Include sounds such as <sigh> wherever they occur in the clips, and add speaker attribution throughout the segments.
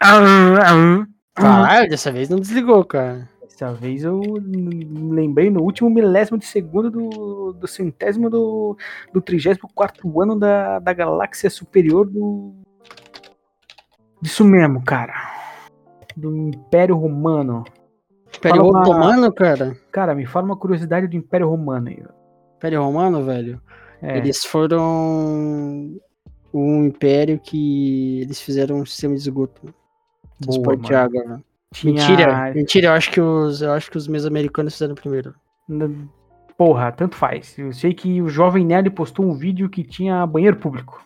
Speaker 1: Ah.
Speaker 2: Caralho, dessa vez não desligou, cara.
Speaker 1: Dessa vez eu n- lembrei no último milésimo de segundo do, do centésimo do, do 34 ano da, da galáxia superior do. Disso mesmo, cara. Do Império Romano.
Speaker 2: Império
Speaker 1: Fala uma-
Speaker 2: Otomano, cara.
Speaker 1: Cara, me fala uma curiosidade do Império Romano aí.
Speaker 2: Império Romano, velho.
Speaker 1: É,
Speaker 2: Eles foram um império que eles fizeram um sistema de esgoto.
Speaker 1: boa,
Speaker 2: Transporte de
Speaker 1: mano.
Speaker 2: água, velho.
Speaker 1: Tinha-
Speaker 2: Mentira, mentira, eu acho que os, eu acho que os mesoamericanos fizeram primeiro.
Speaker 1: N- Porra, tanto faz. Eu sei que o Jovem Nerd postou um vídeo que tinha banheiro público.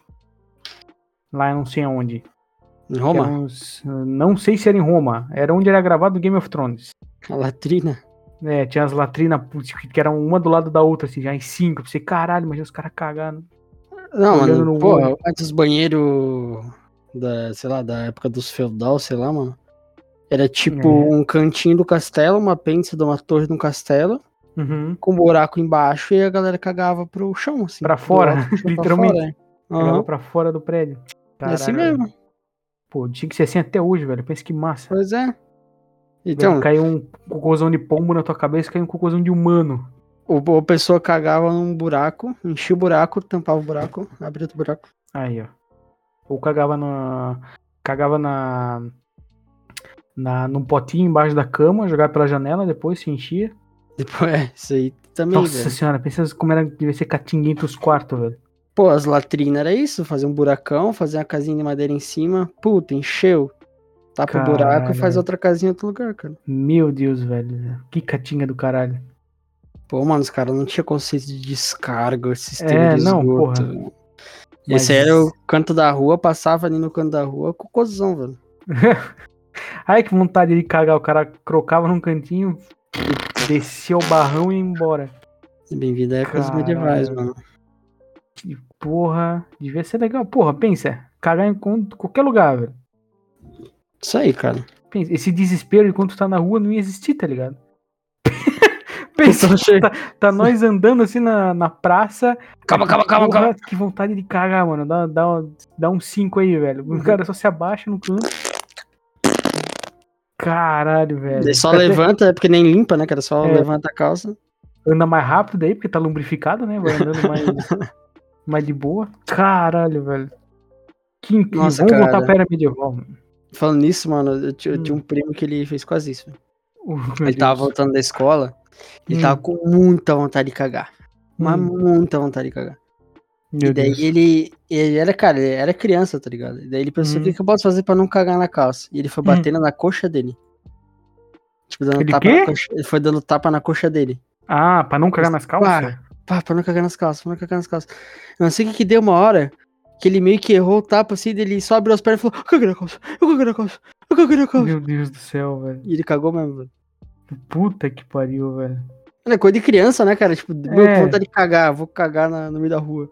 Speaker 1: Lá eu não sei aonde.
Speaker 2: Em Roma?
Speaker 1: Era uns- não sei se era em Roma. Era onde era gravado Game of Thrones.
Speaker 2: A latrina.
Speaker 1: É, tinha as latrinas putz, que eram uma do lado da outra, assim, já em cinco. Pensei, caralho, imagina os caras cagando.
Speaker 2: Não,
Speaker 1: Olhando
Speaker 2: mano,
Speaker 1: no
Speaker 2: porra, antes dos banheiros da, sei lá, da época dos feudal, sei lá, mano. Era tipo
Speaker 1: É.
Speaker 2: um cantinho do castelo, uma pêndice de uma torre de um castelo,
Speaker 1: Uhum.
Speaker 2: com um buraco embaixo e a galera cagava pro chão, assim.
Speaker 1: Pra
Speaker 2: do
Speaker 1: fora,
Speaker 2: alto, pro chão, pra
Speaker 1: <laughs> literalmente.
Speaker 2: fora, é.
Speaker 1: Cagava
Speaker 2: Aham,
Speaker 1: pra fora do prédio.
Speaker 2: é assim
Speaker 1: Caralho.
Speaker 2: mesmo,
Speaker 1: Pô, tinha que ser assim até hoje, velho. Pensa que massa.
Speaker 2: pois é. Então,
Speaker 1: Caiu um cocôzão de pombo na tua cabeça, caiu um cocôzão de humano.
Speaker 2: o, o pessoa cagava num buraco, enchia o buraco, tampava o buraco, abria outro buraco. <laughs>
Speaker 1: Aí, ó. Ou cagava na. Cagava na. na num potinho embaixo da cama, jogava pela janela, depois se enchia.
Speaker 2: Depois, é, isso aí também,
Speaker 1: Nossa
Speaker 2: velho.
Speaker 1: senhora, pensa como era devia ser catinga entre os quartos, velho.
Speaker 2: Pô, as latrinas era isso, fazer um buracão, fazer uma casinha de madeira em cima. Puta, encheu. Tapa o buraco e
Speaker 1: Caralho.
Speaker 2: faz outra casinha em outro lugar, cara.
Speaker 1: Meu Deus, velho. Que catinga do caralho.
Speaker 2: Pô, mano, os caras não tinha conceito de descarga, sistema
Speaker 1: É,
Speaker 2: de
Speaker 1: não,
Speaker 2: esgoto.
Speaker 1: porra. Mas-
Speaker 2: Esse era o canto da rua, passava ali no canto da rua, cocôzão, velho.
Speaker 1: Ai, que vontade de cagar. O cara crocava num cantinho, descia o barrão e ia embora.
Speaker 2: Bem-vindo à época dos
Speaker 1: Caralho.
Speaker 2: medievais, mano.
Speaker 1: E, porra, devia ser legal. Porra, pensa. Cagar em con- qualquer lugar, velho.
Speaker 2: Isso
Speaker 1: <laughs>
Speaker 2: aí, cara.
Speaker 1: Pensa, esse desespero de quando tu tá na rua não ia existir, tá ligado? <laughs> pensa,
Speaker 2: Pessoal chega-
Speaker 1: tá nós andando assim na, na praça.
Speaker 2: <laughs> Calma, calma, calma,
Speaker 1: Porra,
Speaker 2: calma.
Speaker 1: Que vontade de cagar, mano. Dá, dá, um- dá um 5 aí, velho. O cara só se abaixa no canto. Caralho, velho.
Speaker 2: Ele só
Speaker 1: Até
Speaker 2: levanta, é porque nem limpa, né, cara? Só
Speaker 1: É.
Speaker 2: levanta a calça.
Speaker 1: Anda mais rápido aí, porque tá lubrificado, né? Vai andando mais,
Speaker 2: <laughs>
Speaker 1: mais de boa. Caralho, velho. Que incrível.
Speaker 2: Nossa,
Speaker 1: Vamos voltar
Speaker 2: cara.
Speaker 1: pra era medieval. mano.
Speaker 2: Falando nisso, mano, eu, ti- eu
Speaker 1: Hum.
Speaker 2: tinha um primo que ele fez quase isso. velho.
Speaker 1: Oh, meu
Speaker 2: Ele
Speaker 1: Deus.
Speaker 2: tava voltando da escola, ele
Speaker 1: Hum.
Speaker 2: tava com muita vontade de cagar. Mas
Speaker 1: Hum,
Speaker 2: muita vontade de cagar.
Speaker 1: meu
Speaker 2: e daí
Speaker 1: Deus.
Speaker 2: ele. Ele era, cara, ele era criança, tá ligado? E daí ele pensou, o que,
Speaker 1: Hum.
Speaker 2: que eu posso fazer pra não cagar na calça? E ele foi
Speaker 1: Hum.
Speaker 2: batendo na coxa dele. Tipo, dando
Speaker 1: Ele
Speaker 2: tapa na
Speaker 1: quê?
Speaker 2: coxa. Ele foi dando tapa na coxa dele.
Speaker 1: Ah, pra não cagar nas calças?
Speaker 2: Pá, pra não cagar nas calças, pra não cagar nas calças. Eu não sei o que, que deu uma hora que ele meio que errou o tapa assim, daí ele só abriu as pernas e falou: Eu caguei na calça, eu caguei na calça, eu caguei na calça.
Speaker 1: Meu Deus do céu, velho.
Speaker 2: E ele cagou mesmo, velho.
Speaker 1: Puta que pariu, velho.
Speaker 2: Mano, É coisa de criança, né, cara? Tipo, meu,
Speaker 1: É.
Speaker 2: com vontade de cagar, vou cagar na- no meio da rua.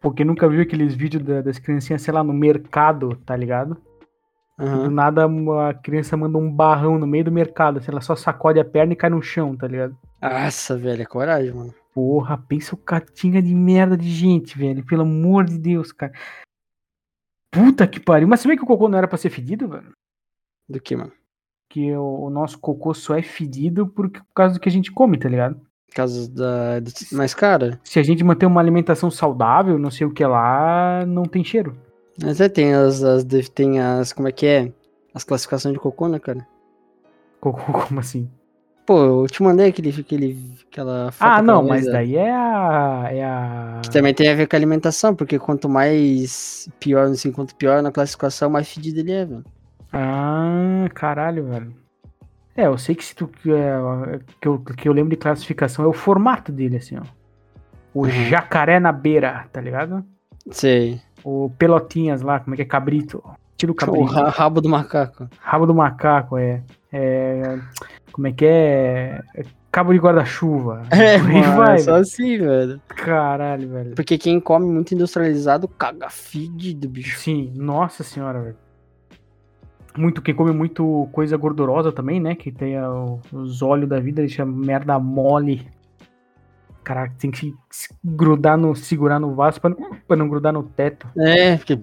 Speaker 1: Porque nunca viu aqueles vídeos da- das criancinhas, sei lá, no mercado, tá ligado? Do
Speaker 2: Aham.
Speaker 1: nada a criança manda um barrão no meio do mercado, sei lá, só sacode a perna e cai no chão, tá ligado?
Speaker 2: Nossa, velho, é coragem, mano.
Speaker 1: Porra, pensa o catinga de merda de gente, velho. Pelo amor de Deus, cara. Puta que pariu. Mas sabia que o cocô não era pra ser fedido, velho?
Speaker 2: Do que, mano?
Speaker 1: Que o, o nosso cocô só é fedido porque, por causa do que a gente come, tá ligado?
Speaker 2: Casos da. do- Mas, cara,
Speaker 1: Se a gente manter uma alimentação saudável, não sei o que lá, não tem cheiro.
Speaker 2: mas é, tem as, as. def- Tem as. Como é que é? As classificações de cocô, né, cara?
Speaker 1: Cocô, <laughs> como assim?
Speaker 2: Pô, eu te mandei aquele, aquele, aquela foto.
Speaker 1: Ah,
Speaker 2: aquela
Speaker 1: não, mas
Speaker 2: mesa,
Speaker 1: daí é a. É a...
Speaker 2: Que também tem a ver com a alimentação, porque quanto mais pior, assim, quanto pior na classificação, mais fedido ele é, velho.
Speaker 1: Ah, caralho, velho. É, eu sei que se tu. é, que, eu, que eu lembro de classificação é o formato dele, assim, ó. O
Speaker 2: Uhum.
Speaker 1: jacaré na beira, tá ligado?
Speaker 2: Sei.
Speaker 1: O pelotinhas lá, como é que é? Cabrito. Tira o
Speaker 2: O
Speaker 1: cabrito.
Speaker 2: ra- rabo do macaco.
Speaker 1: Rabo do macaco, é. É, Como é que é? É Cabo de guarda-chuva.
Speaker 2: <laughs> É,
Speaker 1: Por <laughs> aí
Speaker 2: mano,
Speaker 1: vai,
Speaker 2: é só
Speaker 1: velho.
Speaker 2: assim, velho.
Speaker 1: Caralho, velho.
Speaker 2: Porque quem come muito industrializado caga fedido, bicho.
Speaker 1: Sim, nossa senhora, velho. Muito, quem come muito coisa gordurosa também, né? Que tem a- o- os óleos da vida, deixa a merda mole. Cara, tem que se É. grudar no. segurar no vaso pra não, pra não grudar no teto.
Speaker 2: É, porque.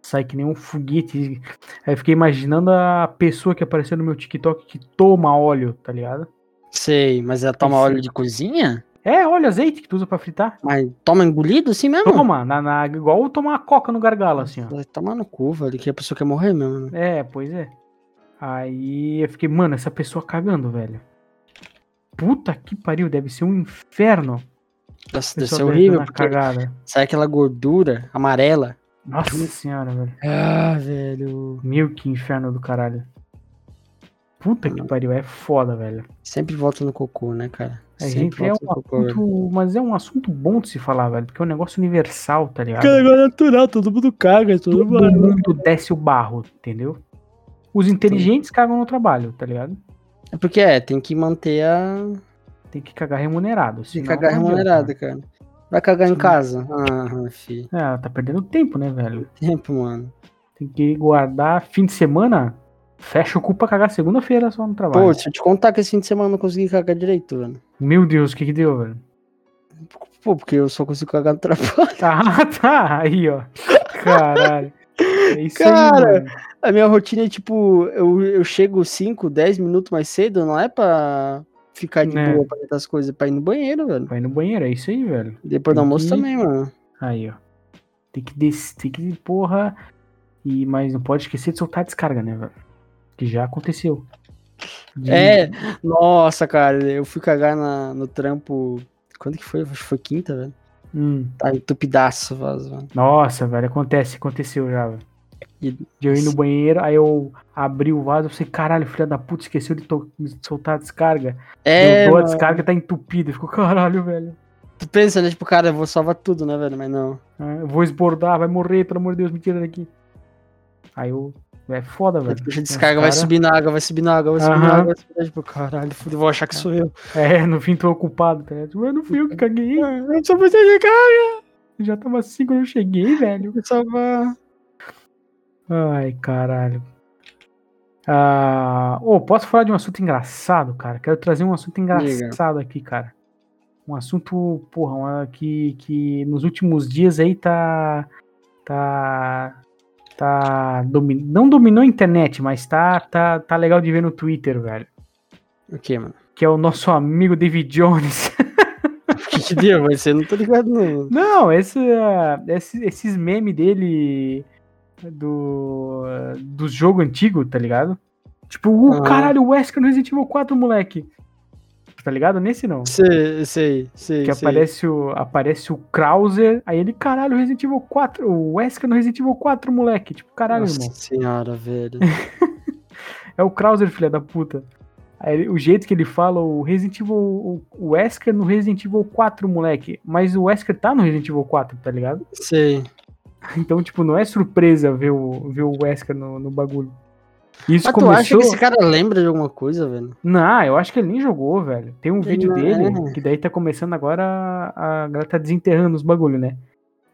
Speaker 1: sai que nem um foguete. Aí eu fiquei imaginando a pessoa que apareceu no meu TikTok que toma óleo, tá ligado?
Speaker 2: Sei, mas ela toma
Speaker 1: Sim.
Speaker 2: óleo de cozinha?
Speaker 1: É, óleo azeite que tu usa pra fritar.
Speaker 2: Mas toma engolido assim mesmo?
Speaker 1: Toma, na, na, igual tomar uma coca no gargalo, assim, ó.
Speaker 2: Vai tomar no cu, velho, que a pessoa quer morrer mesmo. né?
Speaker 1: É, pois é. Aí eu fiquei, mano, essa pessoa cagando, velho. Puta que pariu, deve ser um inferno.
Speaker 2: Nossa, deve
Speaker 1: pessoa
Speaker 2: ser horrível,
Speaker 1: aguentando a
Speaker 2: porque <laughs>
Speaker 1: cagada.
Speaker 2: sai aquela gordura amarela.
Speaker 1: Nossa
Speaker 2: Uhum.
Speaker 1: senhora, velho.
Speaker 2: Ah, velho.
Speaker 1: Meu, que inferno do caralho. Puta que pariu, é foda, velho.
Speaker 2: Sempre volta no cocô, né, cara?
Speaker 1: A
Speaker 2: Sempre
Speaker 1: gente é um
Speaker 2: volta no cocô. velho.
Speaker 1: assunto, mas é um assunto bom de se falar, velho, porque é um negócio universal, tá ligado?
Speaker 2: agora é natural, todo mundo caga,
Speaker 1: Todo mundo desce o barro, entendeu? Os inteligentes cagam no trabalho, tá ligado?
Speaker 2: É porque é, tem que manter a.
Speaker 1: Tem que cagar remunerado.
Speaker 2: Tem que
Speaker 1: senão
Speaker 2: cagar
Speaker 1: não adianta. né?
Speaker 2: remunerada, cara. Vai cagar em
Speaker 1: Sim.
Speaker 2: casa. Ah, fi.
Speaker 1: É, tá perdendo tempo, né, velho?
Speaker 2: <laughs> Tempo, mano.
Speaker 1: Tem que guardar fim de semana. Fecha o cu pra cagar segunda-feira só no trabalho.
Speaker 2: Pô, se eu te contar que esse fim de semana eu não consegui cagar direito, mano.
Speaker 1: Meu Deus, o que que deu, velho? <laughs>
Speaker 2: Pô, porque eu só consigo cagar no trabalho. <laughs>
Speaker 1: Ah, tá. Aí, ó. Caralho. É isso
Speaker 2: Cara,
Speaker 1: aí, mano.
Speaker 2: A minha rotina é tipo, eu, eu chego 5, 10 minutos mais cedo, não é pra ficar de
Speaker 1: Né.
Speaker 2: boa pra fazer as coisas, é pra ir no banheiro, velho.
Speaker 1: Vai no banheiro, é isso aí, velho.
Speaker 2: Depois do
Speaker 1: Tem
Speaker 2: almoço
Speaker 1: que-
Speaker 2: também, mano.
Speaker 1: Aí, ó. Tem que descer, tem que, porra. E, mas não pode esquecer de soltar a descarga, né, velho? Que já aconteceu. De-
Speaker 2: É, nossa, cara, eu fui cagar na- no trampo. Quando que foi? Acho que foi quinta, velho.
Speaker 1: Hum.
Speaker 2: Tá entupidaço, o vaso, mano.
Speaker 1: Nossa, velho, acontece, aconteceu já, velho.
Speaker 2: E-
Speaker 1: De eu ir no banheiro, aí eu abri o vaso, eu falei, caralho, filha da puta, esqueceu de, to- de soltar a descarga.
Speaker 2: É,
Speaker 1: eu dou a
Speaker 2: mano,
Speaker 1: descarga tá entupida. Ficou, caralho, velho.
Speaker 2: tu pensa, né? Tipo, cara, eu vou salvar tudo, né, velho? Mas não.
Speaker 1: É, Eu vou esbordar, vai morrer, pelo amor de Deus, me tira daqui. Aí eu. É foda, velho.
Speaker 2: Puxa,
Speaker 1: Os
Speaker 2: Tipo, descarga, vai
Speaker 1: cara-
Speaker 2: subir na água, vai subir na água, vai subir na
Speaker 1: Aham.
Speaker 2: água, vai subir na água. Tipo, caralho, foda, vou achar que sou eu.
Speaker 1: É, no fim tô ocupado, tá ligado? Mas não fui <laughs> eu que caguei.
Speaker 2: Eu só vou chegar,
Speaker 1: Já tava assim quando eu cheguei, velho.
Speaker 2: vou salvar.
Speaker 1: Ai, caralho. Ah, ô, posso falar de um assunto engraçado, cara? Quero trazer um assunto engraçado aqui, cara. Um assunto, porra, uma- que, que nos últimos dias aí tá. Tá. Tá. domi- não dominou a internet, mas tá, tá, tá legal de ver no Twitter, velho.
Speaker 2: O que, mano? <laughs>
Speaker 1: Que é o nosso amigo David Jones.
Speaker 2: O que que deu? Vai ser, não tô ligado, não.
Speaker 1: Não, esse, ah, esse- esses memes dele do, do jogo antigo, tá ligado? Tipo, uh,
Speaker 2: Aham.
Speaker 1: caralho, o Wesker no Resident Evil 4, moleque. Tá ligado? Nesse não.
Speaker 2: Sei, sei, sei.
Speaker 1: Que
Speaker 2: sei.
Speaker 1: aparece o, aparece o Krauser, aí ele, caralho, Resident Evil 4, o Wesker no Resident Evil 4, moleque. Tipo, caralho,
Speaker 2: Nossa
Speaker 1: irmão.
Speaker 2: senhora, velho.
Speaker 1: É o Krauser, filha da puta. Aí ele- o jeito que ele fala, o Resident Evil, o o Wesker no Resident Evil 4, moleque. Mas o Wesker tá no Resident Evil 4, tá ligado?
Speaker 2: sei.
Speaker 1: Então, tipo, não é surpresa ver o, ver o Wesker no, no bagulho. <laughs> Isso
Speaker 2: Mas tu acha
Speaker 1: começou.
Speaker 2: que esse cara lembra de alguma coisa, velho?
Speaker 1: Não, eu acho que ele nem jogou, velho. Tem um
Speaker 2: Ele
Speaker 1: vídeo
Speaker 2: não-
Speaker 1: dele,
Speaker 2: é.
Speaker 1: que daí tá começando agora. A, a galera tá desenterrando os bagulho, né?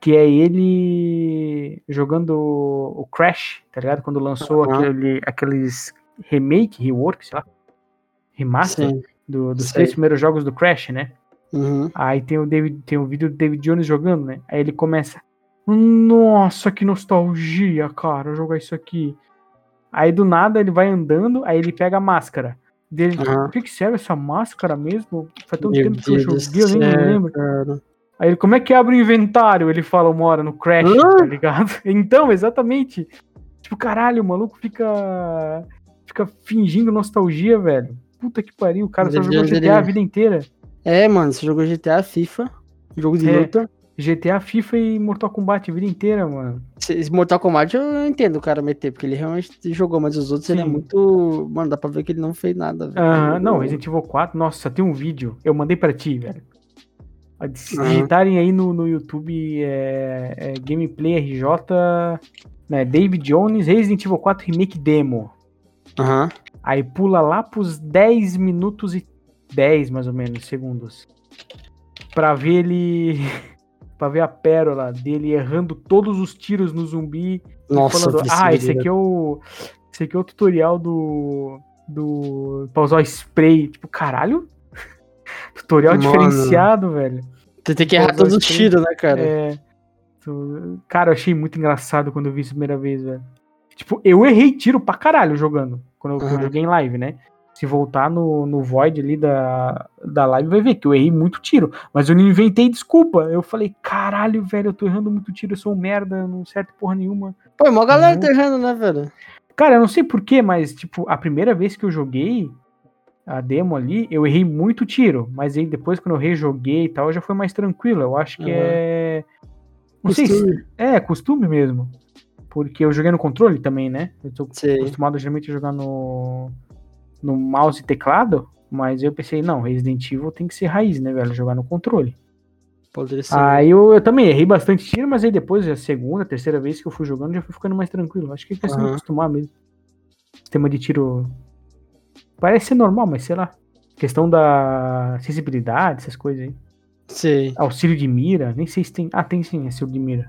Speaker 1: Que é ele jogando o Crash, tá ligado? Quando lançou
Speaker 2: Aham.
Speaker 1: aquele, aqueles remake, rework, sei lá. Remaster
Speaker 2: Sim.
Speaker 1: do- dos
Speaker 2: Sei.
Speaker 1: três primeiros jogos do Crash, né?
Speaker 2: Uhum.
Speaker 1: Aí tem o, David, tem o vídeo do David Jones jogando, né? Aí ele começa. Nossa, que nostalgia, cara, jogar isso aqui. Aí do nada ele vai andando, aí ele pega a máscara. Dele,
Speaker 2: Aham.
Speaker 1: o que, que serve essa máscara mesmo? Faz tanto
Speaker 2: Meu
Speaker 1: tempo que eu
Speaker 2: Deus do
Speaker 1: joguei, eu nem
Speaker 2: céu,
Speaker 1: lembro.
Speaker 2: cara.
Speaker 1: Aí ele, como é que abre o inventário? Ele fala uma hora no Crash,
Speaker 2: Hã?
Speaker 1: tá ligado? <laughs> Então, exatamente. Tipo, caralho, o maluco fica. Fica fingindo nostalgia, velho. Puta que pariu, o cara só
Speaker 2: David
Speaker 1: jogou
Speaker 2: Jones, ele-
Speaker 1: GTA a vida inteira.
Speaker 2: É, mano, você jogou GTA, FIFA, jogo de
Speaker 1: É.
Speaker 2: luta.
Speaker 1: GTA, FIFA e Mortal Kombat a vida inteira, mano.
Speaker 2: Se- esse Mortal Kombat eu entendo o cara meter, porque ele realmente jogou, mas os outros ele é
Speaker 1: Sim.
Speaker 2: muito. Mano, dá pra ver que ele não fez nada, velho.
Speaker 1: Ah, não,
Speaker 2: ele...
Speaker 1: Resident Evil 4, nossa, tem um vídeo. Eu mandei pra ti, velho. Se
Speaker 2: Aham.
Speaker 1: digitarem aí no, no YouTube é, é Gameplay RJ, né, David Jones, Resident Evil 4 Remake Demo.
Speaker 2: Aham.
Speaker 1: Aí pula lá pros 10 minutos e 10, mais ou menos, segundos. Pra ver ele. <laughs> pra ver a pérola dele errando todos os tiros no zumbi
Speaker 2: Nossa,
Speaker 1: falando,
Speaker 2: esse
Speaker 1: ah,
Speaker 2: vídeo
Speaker 1: esse aqui é o. Esse aqui é o tutorial do. do. pra usar o spray. Tipo, caralho? <laughs> Tutorial
Speaker 2: Mano.
Speaker 1: diferenciado, velho.
Speaker 2: Você tem que errar
Speaker 1: Pô, dois,
Speaker 2: todos os
Speaker 1: três.
Speaker 2: tiros, né, cara?
Speaker 1: É. Tu- Cara, eu achei muito engraçado quando eu vi isso a primeira vez, velho. Tipo, eu errei tiro pra caralho jogando. Quando eu, quando eu
Speaker 2: Aham.
Speaker 1: joguei em live, né? Se voltar no, no void ali da, da live, vai ver que eu errei muito tiro. Mas eu não inventei desculpa. Eu falei, caralho, velho, eu tô errando muito tiro, eu sou um merda, eu não certo porra nenhuma.
Speaker 2: Pô, é mó galera
Speaker 1: Uhum.
Speaker 2: tá errando, né, velho?
Speaker 1: Cara, eu não sei porquê, mas, tipo, a primeira vez que eu joguei a demo ali, eu errei muito tiro. Mas aí depois, quando eu rejoguei e tal, já foi mais tranquilo. Eu acho que
Speaker 2: Aham.
Speaker 1: é. Não sei se.
Speaker 2: Costume.
Speaker 1: É, costume mesmo. Porque eu joguei no controle também, né? Eu tô
Speaker 2: Sei.
Speaker 1: acostumado geralmente a jogar no, no mouse e teclado, mas eu pensei, não, Resident Evil tem que ser raiz, né, velho? Jogar no controle.
Speaker 2: Poderia ser.
Speaker 1: Aí eu, eu também errei bastante tiro, mas aí depois, a segunda, terceira vez que eu fui jogando, já fui ficando mais tranquilo. Acho que é questão de
Speaker 2: Aham.
Speaker 1: acostumar mesmo. Sistema de tiro parece ser normal, mas sei lá. Questão da sensibilidade, essas coisas aí.
Speaker 2: Sei.
Speaker 1: Auxílio de mira, nem sei se tem. Ah, tem sim, auxílio de mira.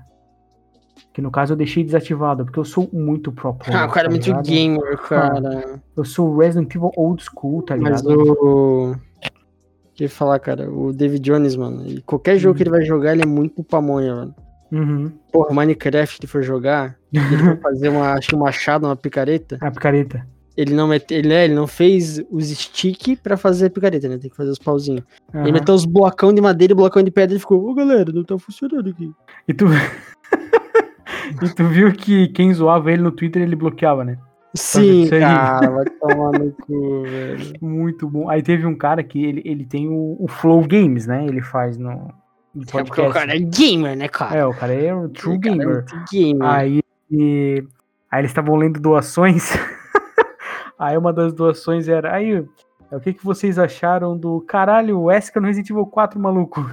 Speaker 1: Que no caso eu deixei desativado, porque eu sou muito pro player.
Speaker 2: <laughs> Ah, o cara é
Speaker 1: tá
Speaker 2: muito
Speaker 1: ligado?
Speaker 2: gamer, cara.
Speaker 1: Eu sou Resident Evil Old School, tá
Speaker 2: Mas
Speaker 1: ligado?
Speaker 2: o. O que eu ia falar, cara? O David Jones, mano. E qualquer jogo
Speaker 1: Hum.
Speaker 2: que ele vai jogar, ele é muito pamonha, mano.
Speaker 1: Uhum.
Speaker 2: Porra, Minecraft, ele for jogar, ele for fazer uma, acho, um machado, uma picareta.
Speaker 1: A Ah, picareta.
Speaker 2: Ele não, mete, ele, é, ele não fez os stick pra fazer a picareta, né? Tem que fazer os pauzinhos.
Speaker 1: Aham.
Speaker 2: Ele é meteu os blocão de madeira e blocão de pedra e ficou, ô galera, não tá funcionando aqui.
Speaker 1: E tu. <laughs> e tu viu que quem zoava ele no Twitter ele bloqueava, né?
Speaker 2: Sim,
Speaker 1: isso aí.
Speaker 2: cara, vai tomar no cu, velho.
Speaker 1: Muito bom. Aí teve um cara que ele, ele tem o, o Flow Games, né? Ele faz no, no
Speaker 2: É porque o
Speaker 1: podcast.
Speaker 2: cara é gamer, né, cara?
Speaker 1: É, o cara é um true
Speaker 2: O cara é
Speaker 1: gamer.
Speaker 2: muito gamer.
Speaker 1: Aí, e- aí eles estavam lendo doações. <laughs> aí uma das doações era. Aí, o que, que vocês acharam do caralho, o Wesker no Resident Evil 4, maluco? <laughs>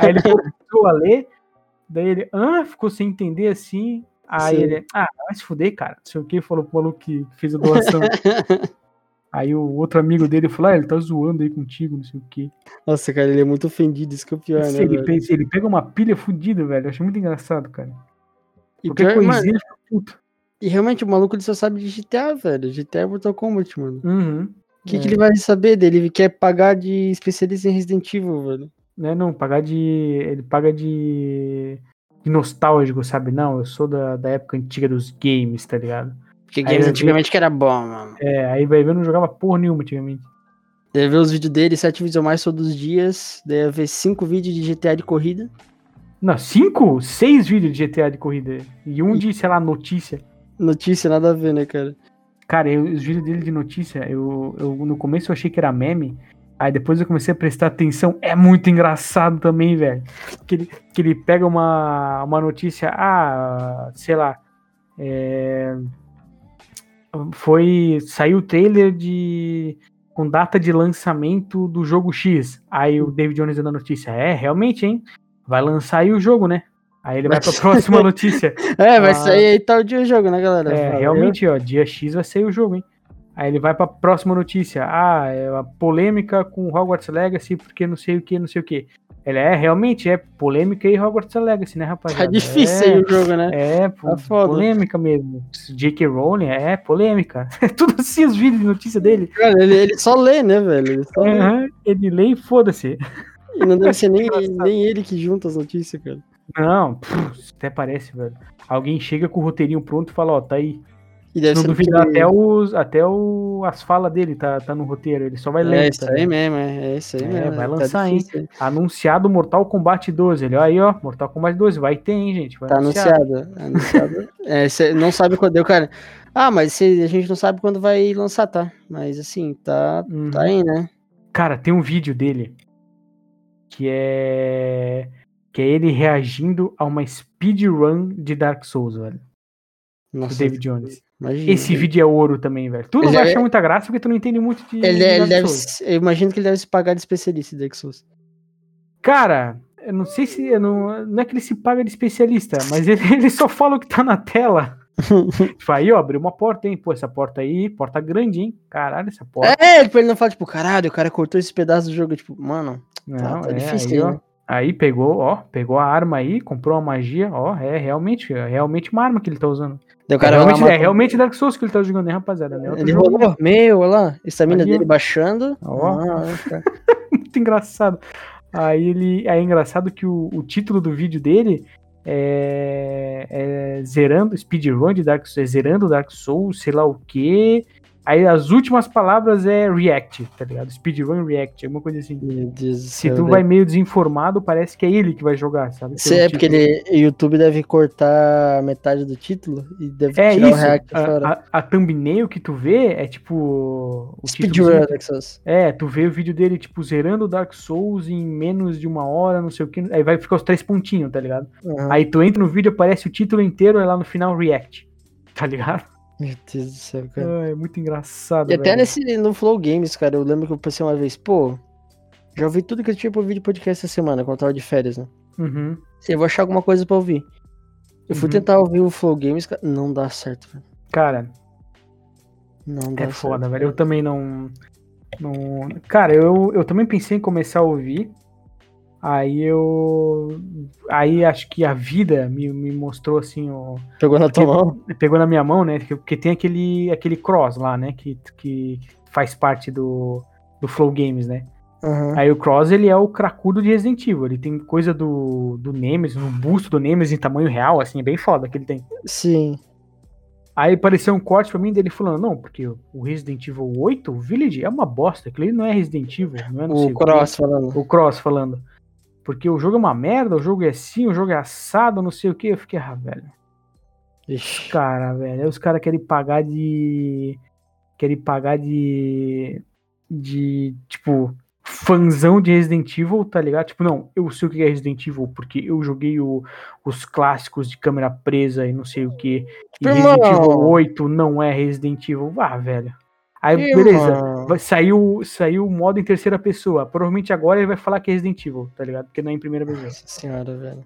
Speaker 1: aí ele começou a ler. Daí ele, hã? Ficou sem entender assim. Aí
Speaker 2: Sim.
Speaker 1: ele, ah, vai se fuder, cara. Não sei o que, falou pro maluco que fez a doação.
Speaker 2: <laughs>
Speaker 1: aí o outro amigo dele falou, ah, ele tá zoando aí contigo, não sei o que.
Speaker 2: Nossa, cara, ele é muito ofendido, isso que é o pior, né,
Speaker 1: ele,
Speaker 2: velho?
Speaker 1: pe- ele pega uma pilha fudida, velho. Eu achei muito engraçado, cara.
Speaker 2: E,
Speaker 1: Qualquer
Speaker 2: pior, mano,
Speaker 1: coisinha ele fica puto.
Speaker 2: e realmente, o maluco ele só sabe de GTA, velho. GTA é Mortal Kombat, mano.
Speaker 1: Uhum.
Speaker 2: O que, que ele vai saber dele? Ele quer pagar de especialista em Resident Evil, velho.
Speaker 1: né? Não, pagar de. Ele paga de. de nostálgico, sabe? Não, eu sou da, da época antiga dos games, tá ligado?
Speaker 2: Porque
Speaker 1: ele
Speaker 2: games
Speaker 1: vê-
Speaker 2: antigamente que era bom, mano.
Speaker 1: É, aí vai ver, eu não jogava porra nenhuma antigamente.
Speaker 2: Deve ver os vídeos dele, sete vídeos ou mais todos os dias. Deve ver cinco vídeos de GTA de corrida.
Speaker 1: Não, cinco, seis vídeos de GTA de corrida. E um de, sei lá, notícia.
Speaker 2: Notícia, nada a ver, né, cara?
Speaker 1: Cara, eu- os vídeos dele de notícia, eu, eu no começo eu achei que era meme. Aí depois eu comecei a prestar atenção. É muito engraçado também, velho. Que ele, que ele pega uma, uma notícia, ah, sei lá. é, foi. Saiu o trailer de. com data de lançamento do jogo X. Aí o David Jones dando a notícia. É, realmente, hein? Vai lançar aí o jogo, né? Aí ele vai pra
Speaker 2: Mas-
Speaker 1: próxima notícia.
Speaker 2: É, vai
Speaker 1: Ah.
Speaker 2: sair aí tal dia o jogo, né, galera?
Speaker 1: É,
Speaker 2: Valeu.
Speaker 1: realmente, ó, dia X vai sair o jogo, hein? Aí ele vai pra próxima notícia. Ah, é a polêmica com Hogwarts Legacy, porque não sei o que, não sei o que. Ele é, realmente, é polêmica e Hogwarts Legacy, né,
Speaker 2: Tá
Speaker 1: rapaziada?
Speaker 2: difícil aí o jogo, né?
Speaker 1: É, é po-
Speaker 2: Tá foda.
Speaker 1: polêmica mesmo. J.K. Rowling, é polêmica. <laughs> É tudo assim os vídeos de notícia dele.
Speaker 2: Cara, ele, ele só lê, né, velho? Ele só lê.
Speaker 1: Aham, ele lê e foda-se.
Speaker 2: E não deve ser nem,
Speaker 1: Engraçado.
Speaker 2: nem ele que junta as notícias, cara.
Speaker 1: Não, pff, até parece, velho. Alguém chega com o roteirinho pronto e fala, ó, tá aí.
Speaker 2: E deve
Speaker 1: não
Speaker 2: ser
Speaker 1: duvidar
Speaker 2: aquele-
Speaker 1: até, os, até o, as falas dele, tá, tá no roteiro. Ele só vai ler.
Speaker 2: É isso aí mesmo, é, é isso aí
Speaker 1: tá É,
Speaker 2: mesmo.
Speaker 1: vai
Speaker 2: tá
Speaker 1: lançar, hein?
Speaker 2: difícil,
Speaker 1: Anunciado Mortal Kombat 12. Ele, ó, aí, ó, Mortal Kombat 12. Vai ter, hein, gente. Vai
Speaker 2: Tá
Speaker 1: anunciar.
Speaker 2: anunciado. anunciado. É, você não sabe quando deu, cara. Ah, mas cê- a gente não sabe quando vai lançar, tá? Mas assim, tá,
Speaker 1: Uhum.
Speaker 2: tá aí, né?
Speaker 1: Cara, tem um vídeo dele que é. Que é ele reagindo a uma speedrun de Dark Souls, velho.
Speaker 2: Nossa,
Speaker 1: do David Jones.
Speaker 2: Imagina.
Speaker 1: Esse vídeo é ouro também, velho. Tu não
Speaker 2: Ele
Speaker 1: vai
Speaker 2: é-
Speaker 1: achar muita graça porque tu não entende muito de.
Speaker 2: Ele, é-
Speaker 1: de
Speaker 2: ele
Speaker 1: Dark
Speaker 2: deve,
Speaker 1: Souls.
Speaker 2: se- eu imagino que ele deve se pagar de especialista em Dark Souls.
Speaker 1: Cara, eu não sei se. eu não, não é que ele se paga de especialista, mas ele, <laughs> ele só fala o que tá na
Speaker 2: <laughs>
Speaker 1: tela. tipo, aí, ó, abriu uma porta, hein? Pô, essa porta aí, porta grande, hein? Caralho, essa porta.
Speaker 2: É, tipo, ele não fala, tipo, caralho, o cara cortou esse pedaço do jogo. Tipo, mano,
Speaker 1: Não,
Speaker 2: tá
Speaker 1: é,
Speaker 2: difícil
Speaker 1: aí,
Speaker 2: aí,
Speaker 1: ó.
Speaker 2: né?
Speaker 1: Aí pegou, ó, pegou a arma aí, comprou uma magia, ó, é realmente, é realmente uma arma que ele tá usando.
Speaker 2: daí o
Speaker 1: É
Speaker 2: cara vai lá,
Speaker 1: realmente, é
Speaker 2: mata-
Speaker 1: realmente Dark Souls que ele tá jogando, né, rapaziada? Não é outro
Speaker 2: Ele
Speaker 1: jogo, não.
Speaker 2: rolou, meu, olha lá, estamina
Speaker 1: Aqui,
Speaker 2: dele
Speaker 1: ó.
Speaker 2: baixando.
Speaker 1: Ó.
Speaker 2: Ah, tá.
Speaker 1: muito engraçado. Aí ele, aí é engraçado que o, o título do vídeo dele é, é, zerando speedrun de Dark Souls, é zerando Dark Souls, sei lá o que. Aí as últimas palavras é react, tá ligado? Speedrun react, alguma coisa assim.
Speaker 2: Meu Deus do
Speaker 1: Se
Speaker 2: céu,
Speaker 1: tu
Speaker 2: né?
Speaker 1: vai meio desinformado, parece que é ele que vai jogar, sabe?
Speaker 2: Cê- é porque ele, o YouTube deve cortar metade do título e deve
Speaker 1: É
Speaker 2: tirar o
Speaker 1: isso,
Speaker 2: react fora.
Speaker 1: a, a, a thumbnail que tu vê é tipo. o título do
Speaker 2: Speedrun, né? Nexus.
Speaker 1: É, tu vê o vídeo dele, tipo, zerando Dark Souls em menos de uma hora, não sei o que. Aí vai ficar os três pontinhos, tá ligado?
Speaker 2: Aham.
Speaker 1: Aí tu entra no vídeo, aparece o título inteiro, aí lá no final React. Tá ligado?
Speaker 2: Meu Deus do céu, cara.
Speaker 1: Ah, é muito engraçado.
Speaker 2: E até
Speaker 1: velho.
Speaker 2: nesse, no Flow Games, cara, eu lembro que eu pensei uma vez, pô, já ouvi tudo que eu tinha pra ouvir de podcast essa semana, quando eu tava de férias, né?
Speaker 1: Uhum.
Speaker 2: Eu vou achar alguma coisa pra ouvir. Eu fui
Speaker 1: Uhum.
Speaker 2: tentar ouvir o Flow Games, cara, não dá certo, velho.
Speaker 1: Cara,
Speaker 2: Não dá
Speaker 1: é foda,
Speaker 2: certo.
Speaker 1: velho. Eu também não. não... Cara, eu, eu também pensei em começar a ouvir. Aí eu. Aí acho que a vida me, me mostrou assim o.
Speaker 2: Pegou na tua mão?
Speaker 1: pegou na minha mão, né? que- Porque tem aquele, aquele cross lá, né? Que, que faz parte do, do Flow Games, né?
Speaker 2: Aham.
Speaker 1: Aí o cross, ele é o cracudo de Resident Evil. Ele tem coisa do, do Nemesis, um busto do Nemesis em tamanho real, assim, é bem foda que ele tem.
Speaker 2: Sim.
Speaker 1: Aí apareceu um corte pra mim dele falando, não, porque o Resident Evil 8, o Village, é uma bosta. Aquilo ali não é Resident Evil, não é não sei
Speaker 2: O
Speaker 1: quê."
Speaker 2: Cross falando.
Speaker 1: O Cross falando. Porque o jogo é uma merda, o jogo é assim, o jogo é assado, não sei o que. Eu fiquei, ah, velho.
Speaker 2: Ixi.
Speaker 1: Cara, velho, aí os caras querem pagar de. Querem pagar de. De. Tipo, fãzão de Resident Evil, tá ligado? Tipo, não, eu sei o que é Resident Evil, porque eu joguei o- os clássicos de câmera presa e não sei o que. E
Speaker 2: Irmão!
Speaker 1: Resident Evil 8 não é Resident Evil. Ah, velho. Aí,
Speaker 2: Ih,
Speaker 1: beleza.
Speaker 2: mano.
Speaker 1: Vai- Saiu, saiu o modo em terceira pessoa. Provavelmente agora ele vai falar que é Resident Evil, tá ligado? Porque não é em primeira pessoa.
Speaker 2: Nossa senhora, velho.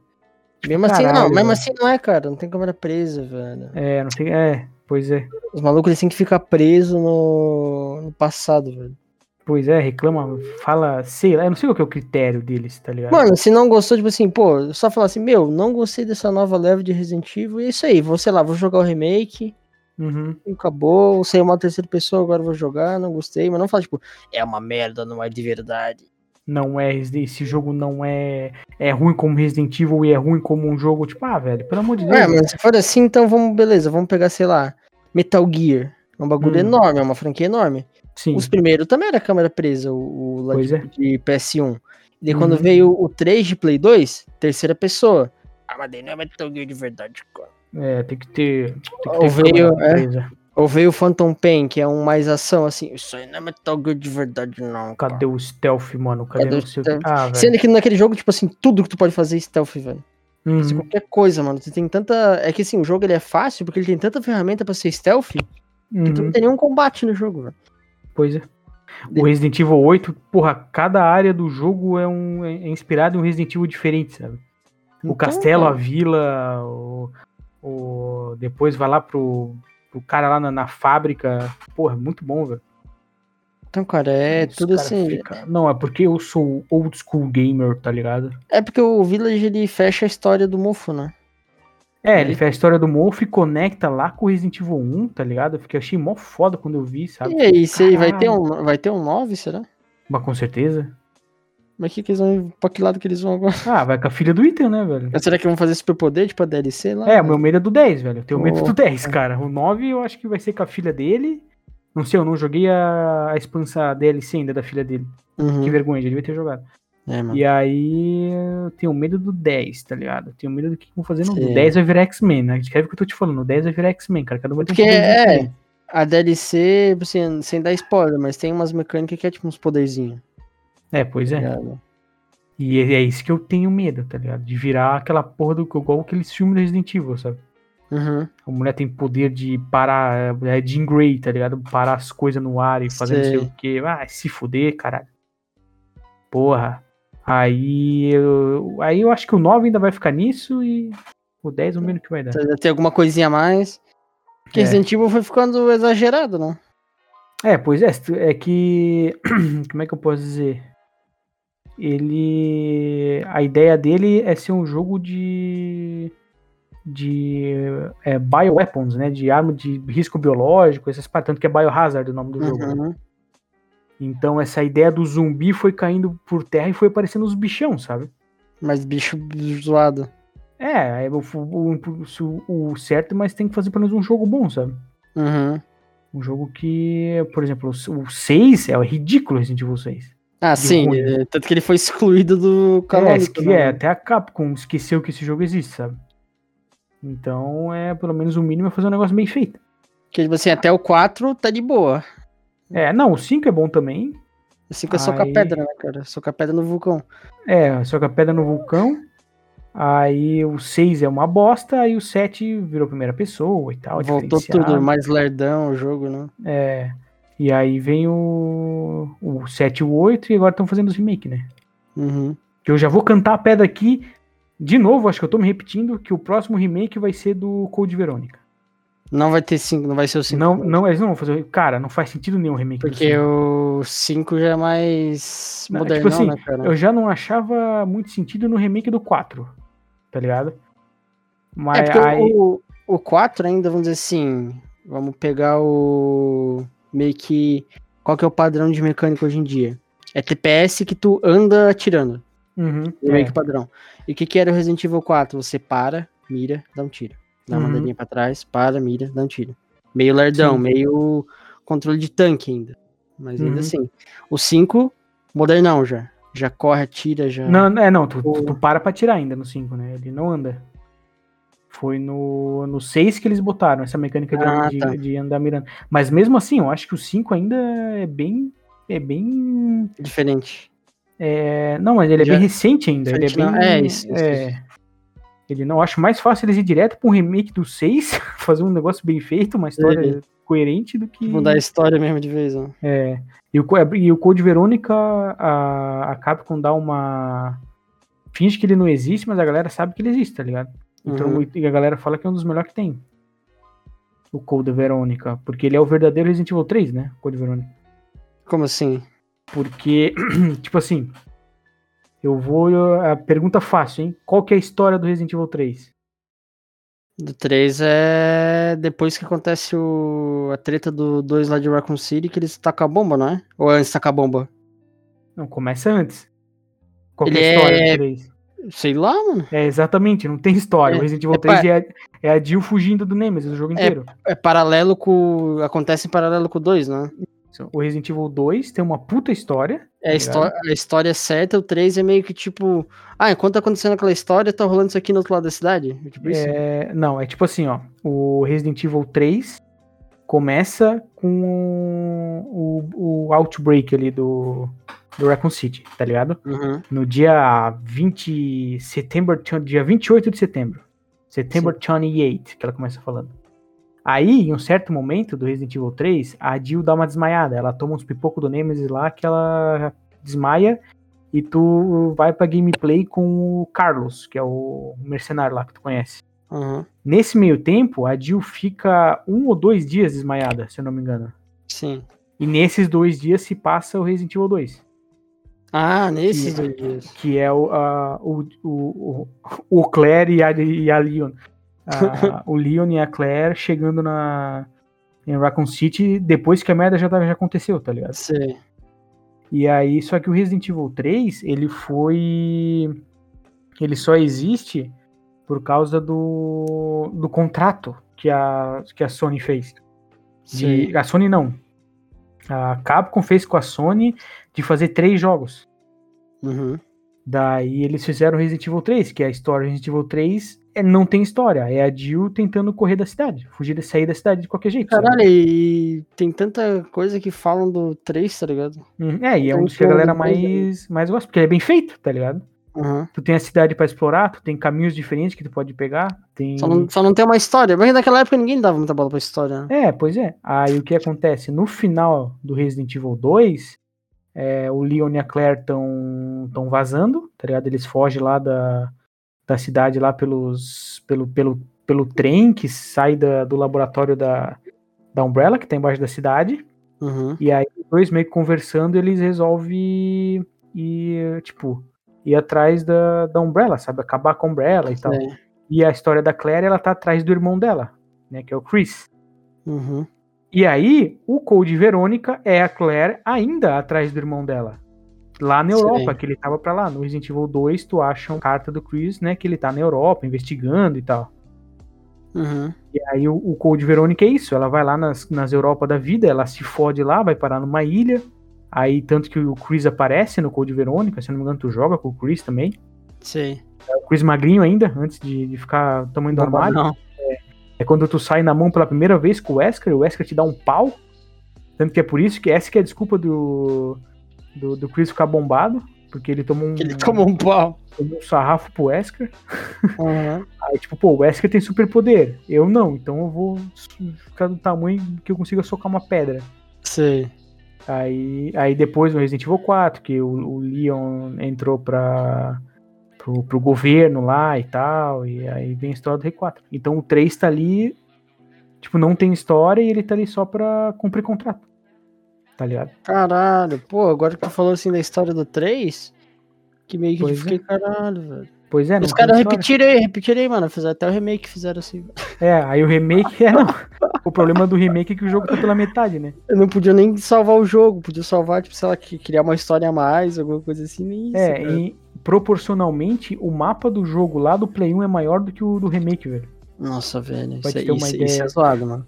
Speaker 2: Mesmo assim, não,
Speaker 1: Caralho,
Speaker 2: mesmo
Speaker 1: velho.
Speaker 2: assim não é, cara. Não tem câmera presa, velho.
Speaker 1: É, não sei. É, pois é.
Speaker 2: Os malucos eles têm que ficar presos no, no passado, velho.
Speaker 1: Pois é, reclama, fala, sei lá, eu não sei qual que é o critério deles, tá ligado?
Speaker 2: Mano, se não gostou, tipo assim, pô, só falar assim, meu, não gostei dessa nova leva de Resident Evil, e é isso aí, vou, sei lá, vou jogar o remake,
Speaker 1: Uhum.
Speaker 2: e acabou, sei uma terceira pessoa, agora vou jogar, não gostei, mas não fala, tipo, é uma merda, não é de verdade.
Speaker 1: Não é, Resident- esse jogo não é, é ruim como Resident Evil e é ruim como um jogo, tipo, ah, velho, pelo amor de Deus.
Speaker 2: É, mas se for assim, então vamos, beleza, vamos pegar, sei lá, Metal Gear. É um bagulho
Speaker 1: Hum.
Speaker 2: enorme, é uma franquia enorme.
Speaker 1: Sim,
Speaker 2: Os primeiros também era câmera presa, o, o lá
Speaker 1: Pois
Speaker 2: de,
Speaker 1: é.
Speaker 2: de PS1. E daí quando
Speaker 1: Uhum.
Speaker 2: veio o 3 de Play 2, terceira pessoa. Ah, mas daí não é Metal Gear de verdade, cara.
Speaker 1: é, tem que ter, tem que
Speaker 2: Ou
Speaker 1: ter câmera
Speaker 2: veio, é.
Speaker 1: presa.
Speaker 2: Ou veio o Phantom Pain, que é um mais ação, assim. Isso aí não é Metal Gear de verdade, não, cara.
Speaker 1: Cadê o stealth, mano? Cadê,
Speaker 2: Cadê
Speaker 1: não
Speaker 2: o
Speaker 1: sei o que?
Speaker 2: stealth?
Speaker 1: Ah, velho.
Speaker 2: Sendo que naquele jogo, tipo assim, tudo que tu pode fazer é stealth, velho.
Speaker 1: Uhum.
Speaker 2: Se Qualquer coisa, mano. Tu tem tanta... É que, assim, o jogo ele é fácil, porque ele tem tanta ferramenta pra ser stealth, que tu
Speaker 1: uhum,
Speaker 2: não tem nenhum combate no jogo, velho.
Speaker 1: Pois é. O Resident Evil 8, porra, cada área do jogo é, um, é é inspirado em um Resident Evil diferente, sabe? O
Speaker 2: Então,
Speaker 1: castelo, a
Speaker 2: cara,
Speaker 1: vila, o, o- depois vai lá pro, pro cara lá na, na fábrica. Porra, é muito bom, velho.
Speaker 2: Então, cara, é
Speaker 1: Os
Speaker 2: tudo
Speaker 1: cara
Speaker 2: assim...
Speaker 1: fica- Não, é porque eu sou old school gamer, tá ligado?
Speaker 2: É porque o Village, ele fecha a história do mofo, né?
Speaker 1: É, ele
Speaker 2: Ele-
Speaker 1: fez a história do Morph e conecta lá com o Resident Evil 1, tá ligado? Eu fiquei, achei mó foda quando eu vi, sabe?
Speaker 2: E aí, se aí vai ter
Speaker 1: Tá Caralho.
Speaker 2: um, vai ter um 9, será?
Speaker 1: Mas com certeza.
Speaker 2: Mas que que eles vão, pra que lado que eles vão agora?
Speaker 1: Ah, vai com a filha do item, né, velho?
Speaker 2: Mas será que vão fazer superpoder, tipo a DLC lá?
Speaker 1: É, o meu medo é do 10, velho. Eu tenho medo
Speaker 2: Pô.
Speaker 1: do 10, cara. O 9 eu acho que vai ser com a filha dele. Não sei, eu não joguei a, a expansão a DLC ainda da filha dele. Que
Speaker 2: Uhum.
Speaker 1: vergonha, devia ter jogado.
Speaker 2: É, mano.
Speaker 1: E aí eu tenho medo do 10, tá ligado? Eu tenho medo do que vão fazer no
Speaker 2: Sim.
Speaker 1: 10 vai virar X-Men, né? Escreve o que eu tô te falando, no 10 vai virar X-Men, cara. Cada um vai ter
Speaker 2: Porque
Speaker 1: poder de
Speaker 2: é-
Speaker 1: X-Men.
Speaker 2: A DLC, assim, sem dar spoiler, mas tem umas mecânicas que é tipo uns poderzinhos.
Speaker 1: É, pois é.
Speaker 2: Tá ligado?
Speaker 1: E é é isso que eu tenho medo, tá ligado? De virar aquela porra do igual aqueles filmes do Resident Evil, sabe?
Speaker 2: Uhum.
Speaker 1: A mulher tem poder de parar. É Jean Grey, tá ligado? Parar as coisas no ar e fazer
Speaker 2: Sei.
Speaker 1: não sei o quê. Ah, se fuder, caralho. Porra. Aí eu, aí eu acho que o 9 ainda vai ficar nisso e o 10 o menos que vai dar.
Speaker 2: Então, ainda Tem alguma coisinha a mais. Porque
Speaker 1: É.
Speaker 2: Resident Evil foi ficando exagerado, né?
Speaker 1: É, pois é, se tu- é que. <clears throat> Como é que eu posso dizer? Ele. A ideia dele é ser um jogo de. de. É, bioweapons, né? De arma de risco biológico, essas paradas. Tanto que é Biohazard o nome do jogo. né?
Speaker 2: Uhum.
Speaker 1: Então essa ideia do zumbi foi caindo por terra e foi aparecendo os bichão, sabe?
Speaker 2: Mas bicho zoado.
Speaker 1: É, é o, o- o certo, mas tem que fazer pelo menos um jogo bom, sabe?
Speaker 2: Uhum.
Speaker 1: Um jogo que, por exemplo, o 6 é ridículo Resident Evil 6.
Speaker 2: Ah,
Speaker 1: De
Speaker 2: sim.
Speaker 1: ruim. né?
Speaker 2: é, Tanto que ele foi excluído do
Speaker 1: É,
Speaker 2: canônico.
Speaker 1: esque-
Speaker 2: né?
Speaker 1: é, até a Capcom esqueceu que esse jogo existe, sabe? Então, é, pelo menos o mínimo é fazer um negócio bem feito.
Speaker 2: Que, tipo assim, até o 4 tá de boa.
Speaker 1: É, não, o 5 é bom também.
Speaker 2: O 5 é socar
Speaker 1: Aí-
Speaker 2: pedra, né, cara? Socar pedra no vulcão.
Speaker 1: É, só que a pedra no vulcão. Aí o 6 é uma bosta, aí o 7 virou primeira pessoa e tal.
Speaker 2: Voltou
Speaker 1: diferenciado.
Speaker 2: tudo, mais lerdão o jogo, né?
Speaker 1: É. E aí vem o, o 7 e o 8 e agora estão fazendo os remake, né?
Speaker 2: Uhum.
Speaker 1: Que eu já vou cantar a pedra aqui de novo, acho que eu tô me repetindo, que o próximo remake vai ser do Code Verônica.
Speaker 2: Não vai ter 5, não vai ser o 5.
Speaker 1: Não, não, eles não vão fazer. Cara, não faz sentido nenhum remake do
Speaker 2: Porque
Speaker 1: cinco.
Speaker 2: o 5 já é mais
Speaker 1: Não,
Speaker 2: moderno,
Speaker 1: tipo assim,
Speaker 2: né, cara?
Speaker 1: Eu já não achava muito sentido no remake do 4, tá ligado? Mas
Speaker 2: É porque
Speaker 1: aí-
Speaker 2: o, o 4 ainda, vamos dizer assim, vamos pegar o. Meio que. Qual que é o padrão de mecânica hoje em dia? É TPS que tu anda atirando.
Speaker 1: Uhum,
Speaker 2: É. Meio
Speaker 1: é.
Speaker 2: que padrão. E o que, que era o Resident Evil 4? Você para, mira, dá um tiro. Dá uma
Speaker 1: Uhum.
Speaker 2: andadinha pra trás, para, mira, dá um tiro. Meio lerdão,
Speaker 1: Sim.
Speaker 2: meio controle de tanque ainda. Mas ainda
Speaker 1: Uhum.
Speaker 2: assim. O 5, modernão já. Já corre, atira, já.
Speaker 1: Não, é, não, tu,
Speaker 2: O-
Speaker 1: tu para pra tirar ainda no 5, né? Ele não anda. Foi no, no 6 que eles botaram essa mecânica de,
Speaker 2: Ah,
Speaker 1: de-
Speaker 2: tá.
Speaker 1: de andar mirando. Mas mesmo assim, eu acho que o 5 ainda é bem. É bem.
Speaker 2: Diferente.
Speaker 1: é, não, mas ele é
Speaker 2: Já-
Speaker 1: bem recente ainda. Ele é
Speaker 2: Recente, não.
Speaker 1: bem.
Speaker 2: É, isso, isso,
Speaker 1: é. Ele não acho mais fácil eles ir direto pra um remake do 6, <laughs> fazer um negócio bem feito, uma história coerente do que.
Speaker 2: Mudar a história mesmo de vez, né? ó.
Speaker 1: É. E o, Co- e o Code Verônica, a, a Capcom dá uma. Finge que ele não existe, mas a galera sabe que ele existe, tá ligado? Então,
Speaker 2: Uhum.
Speaker 1: e a galera fala que é um dos melhores que tem. O Code Verônica. Porque ele é o verdadeiro Resident Evil 3, né? Code Verônica.
Speaker 2: Como assim?
Speaker 1: Porque, <clears throat> tipo assim. Eu vou. A pergunta fácil, hein? Qual que é a história do Resident Evil 3?
Speaker 2: Do 3 é depois que acontece o... a treta do 2 lá de Raccoon City, que eles tacam a bomba, não é? Ou antes taca a bomba?
Speaker 1: Não, começa antes. Qual que
Speaker 2: Ele
Speaker 1: é a história
Speaker 2: é-
Speaker 1: do 3?
Speaker 2: Sei lá, mano.
Speaker 1: É, exatamente, não tem história.
Speaker 2: É,
Speaker 1: o Resident Evil
Speaker 2: é
Speaker 1: 3 é, é a Jill fugindo do Nemesis o jogo inteiro.
Speaker 2: É paralelo com. Acontece em paralelo com o 2, né?
Speaker 1: Assim, O Resident Evil 2 tem uma puta história.
Speaker 2: É a, histó- a história é certa, o 3 é meio que tipo. Ah, enquanto tá acontecendo aquela história, tá rolando isso aqui no outro lado da cidade? É Tipo isso?
Speaker 1: É, não, é tipo assim, ó. O Resident Evil 3 começa com o, o Outbreak ali do, do Raccoon City, tá ligado?
Speaker 2: Uhum.
Speaker 1: No dia 20 de setembro, dia 28 de setembro. Setembro 28, que ela começa falando. Aí, em um certo momento do Resident Evil 3, a Jill dá uma desmaiada. Ela toma uns pipocos do Nemesis lá que ela desmaia. E tu vai pra gameplay com o Carlos, que é o mercenário lá que tu conhece.
Speaker 2: Uhum.
Speaker 1: Nesse meio tempo, a Jill fica um ou dois dias desmaiada, se eu não me engano.
Speaker 2: Sim.
Speaker 1: E nesses dois dias se passa o Resident Evil 2.
Speaker 2: Ah, nesses
Speaker 1: Que-
Speaker 2: dois dias.
Speaker 1: que é o, a- o, o, o, o Claire e a, e a Leon. A- o Leon e a Claire chegando na, em Raccoon City depois que a merda já, tava- já aconteceu, tá ligado?
Speaker 2: Sei.
Speaker 1: E aí, só que o Resident Evil 3, ele foi. Ele só existe por causa do, do contrato que a, que a Sony fez.
Speaker 2: sei.
Speaker 1: De, a Sony não. A Capcom fez com a Sony de fazer três jogos.
Speaker 2: Uhum.
Speaker 1: Daí eles fizeram Resident Evil 3, que é a história do Resident Evil 3 é, não tem história. É a Jill tentando correr da cidade, fugir de sair da cidade de qualquer jeito. sabe?
Speaker 2: Caralho, e tem tanta coisa que falam do 3, tá ligado?
Speaker 1: Hum, É, e é
Speaker 2: Tem
Speaker 1: um dos que a galera
Speaker 2: todo mundo aí.
Speaker 1: mais, mais gosta, porque ele é bem feito, tá ligado?
Speaker 2: Uhum.
Speaker 1: Tu tem a cidade pra explorar, tu tem caminhos diferentes que tu pode pegar, tem...
Speaker 2: Só, não, só não tem uma história. Porque naquela época ninguém dava muita bola pra história, né?
Speaker 1: É, pois é. Aí o que acontece? No final do Resident Evil 2, é, o Leon e a Claire estão tão vazando, tá ligado? Eles fogem lá da, da cidade lá pelos, pelo, pelo, pelo trem que sai da- do laboratório da, da Umbrella, que tá embaixo da cidade.
Speaker 2: Uhum.
Speaker 1: E aí, os dois meio que conversando, eles resolvem ir, tipo, ir atrás da, da Umbrella, sabe? Acabar com a
Speaker 2: É,
Speaker 1: Umbrella e tal.
Speaker 2: Sei.
Speaker 1: E a história da Claire, ela tá atrás do irmão dela, né? Que é o Chris.
Speaker 2: Uhum.
Speaker 1: E aí, o Code Verônica é a Claire ainda atrás do irmão dela. lá na
Speaker 2: Sim.
Speaker 1: Europa, que ele tava pra lá. No Resident Evil 2, tu acha uma carta do Chris, né, que ele tá na Europa, investigando e tal.
Speaker 2: Uhum.
Speaker 1: E aí o, o Code Verônica é isso, ela vai lá nas, nas Europa da vida, ela se fode lá, vai parar numa ilha. Aí, tanto que o Chris aparece no Code Verônica, se eu não me engano, tu joga com o Chris também.
Speaker 2: Sei.
Speaker 1: É o Chris magrinho ainda, antes de, de ficar tamanho do armário.
Speaker 2: Não.
Speaker 1: É quando tu sai na mão pela primeira vez com o Wesker, o Wesker te dá um pau. Tanto que é por isso que essa que é a desculpa do, do, do Chris ficar bombado. Porque ele tomou um,
Speaker 2: Que ele tomou um pau.
Speaker 1: tomou um sarrafo pro Wesker.
Speaker 2: Uhum.
Speaker 1: Aí, tipo, pô, o Wesker tem superpoder. Eu não, então eu vou su- ficar do tamanho que eu consiga socar uma pedra.
Speaker 2: Sei.
Speaker 1: Aí, aí depois no Resident Evil 4, que o, o Leon entrou pra, pro, pro governo lá e tal, e aí vem a história do R4. Então o 3 tá ali, tipo, não tem história e ele tá ali só pra cumprir contrato. Tá ligado?
Speaker 2: Caralho, pô, agora que tu falou assim da história do 3, que meio que eu
Speaker 1: Pois é.
Speaker 2: fiquei caralho, velho.
Speaker 1: Pois é, não
Speaker 2: Os
Speaker 1: tem
Speaker 2: caras
Speaker 1: história.
Speaker 2: repetiram aí, repetiram aí, mano. Fizeram até o remake, fizeram assim.
Speaker 1: É, aí o remake é, não. O problema do remake é que o jogo tá pela metade, né?
Speaker 2: Eu não podia nem salvar o jogo, podia salvar, tipo, sei lá, que- criar uma história a mais, alguma coisa assim, nem isso.
Speaker 1: é,
Speaker 2: cara.
Speaker 1: e proporcionalmente o mapa do jogo lá do Play 1 é maior do que o do remake, velho.
Speaker 2: Nossa, velho,
Speaker 1: Pra
Speaker 2: isso,
Speaker 1: te
Speaker 2: é-
Speaker 1: ter uma
Speaker 2: isso, isso é
Speaker 1: ideia.
Speaker 2: zoado, mano.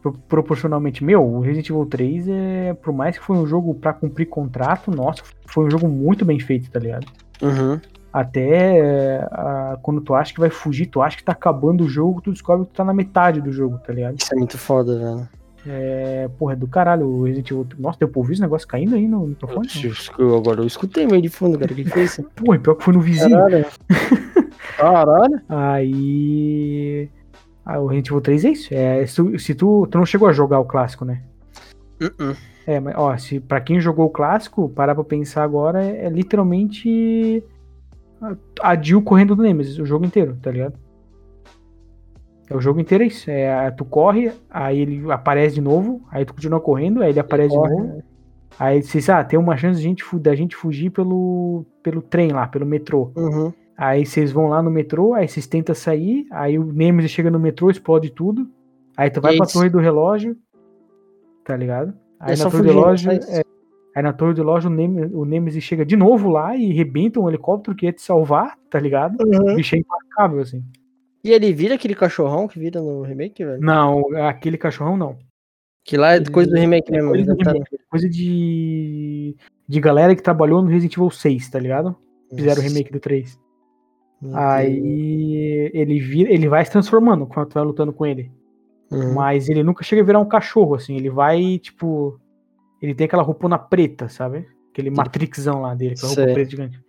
Speaker 1: pro- proporcionalmente, meu, o Resident Evil 3 é, por mais que foi um jogo pra cumprir contrato, nossa, foi um jogo muito bem feito, tá ligado?
Speaker 2: Uhum.
Speaker 1: Até é, a- quando tu acha que vai fugir, tu acha que tá acabando o jogo, tu descobre que tu tá na metade do jogo, tá ligado?
Speaker 2: Isso é muito foda, velho.
Speaker 1: É, porra, é do caralho, o Resident Evil. Nossa, deu pra ouvir esse negócio caindo aí no microfone?
Speaker 2: Eu, agora eu escutei meio de fundo, cara, o que que foi isso?
Speaker 1: Porra, e pior que foi no vizinho.
Speaker 2: <laughs> Caralho. Caralho.
Speaker 1: Aí. Ah, o Resident Evil 3 é isso. É, se tu, se tu, tu não chegou a jogar o clássico, né?
Speaker 2: Uh-uh.
Speaker 1: É, mas ó, se para quem jogou o clássico, parar pra pensar agora, é, é literalmente a- a Jill correndo do Nemesis, o jogo inteiro, tá ligado? É o jogo inteiro é isso. É, a- tu corre, aí ele aparece de novo, aí tu continua correndo, aí ele aparece
Speaker 2: corre,
Speaker 1: de novo. Aí você diz, ah, tem uma chance de gente, fu- da gente fugir pelo, pelo trem lá, pelo metrô.
Speaker 2: Uhum.
Speaker 1: Aí vocês vão lá no metrô, aí vocês tentam sair, aí o Nemesis chega no metrô, explode tudo. Aí tu vai
Speaker 2: E
Speaker 1: pra
Speaker 2: aí-
Speaker 1: torre do relógio, tá ligado? Aí na
Speaker 2: É só
Speaker 1: torre do
Speaker 2: fugir,
Speaker 1: relógio.
Speaker 2: só isso.
Speaker 1: é, aí na torre do relógio o, Neme- o Nemesis chega de novo lá e rebenta um helicóptero que ia te salvar, tá ligado? O bicho é implacável, assim.
Speaker 2: Uhum. E ele vira aquele cachorrão que vira no remake, velho?
Speaker 1: Não, aquele cachorrão não.
Speaker 2: Que lá é
Speaker 1: Ele-
Speaker 2: coisa do remake mesmo.
Speaker 1: coisa, do
Speaker 2: inventaram.
Speaker 1: remake, coisa de. de galera que trabalhou no Resident Evil 6, tá ligado? Fizeram o remake do 3.
Speaker 2: Meu Deus.
Speaker 1: Aí ele, vira, ele vai se transformando quando tu vai lutando com ele.
Speaker 2: Uhum.
Speaker 1: Mas ele nunca chega a virar um cachorro, assim. Ele vai, tipo. Ele tem aquela roupona preta, sabe? Aquele matrixão lá dele, aquela roupa
Speaker 2: Sei.
Speaker 1: preta gigante.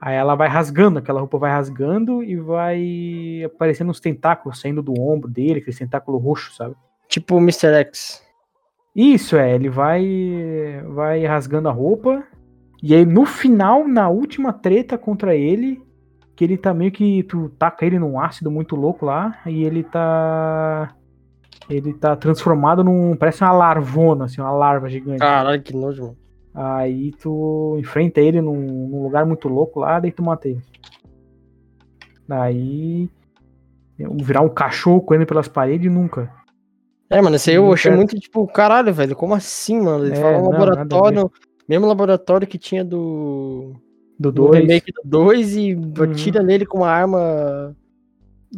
Speaker 1: Aí ela vai rasgando, aquela roupa vai rasgando e vai aparecendo uns tentáculos saindo do ombro dele, aquele tentáculo roxo, sabe?
Speaker 2: Tipo o Mr. X.
Speaker 1: Isso é, ele vai vai rasgando a roupa. E aí no final, na última treta contra ele, que ele tá meio que tu taca ele num ácido muito louco lá e ele tá ele tá transformado num parece uma larvona, assim, uma larva gigante.
Speaker 2: Caralho, que nojo, mano.
Speaker 1: Aí tu enfrenta ele num, num lugar muito louco lá, daí tu mata ele. Daí virar um cachorro correndo pelas paredes nunca.
Speaker 2: É, mano, isso aí eu
Speaker 1: Hum,
Speaker 2: achei
Speaker 1: cara.
Speaker 2: muito tipo, caralho, velho, como assim, mano? Eles
Speaker 1: É,
Speaker 2: falam
Speaker 1: não, nada
Speaker 2: laboratório, mesmo laboratório que tinha do,
Speaker 1: Do
Speaker 2: do
Speaker 1: dois,
Speaker 2: remake do 2 e
Speaker 1: Uhum.
Speaker 2: atira nele com uma arma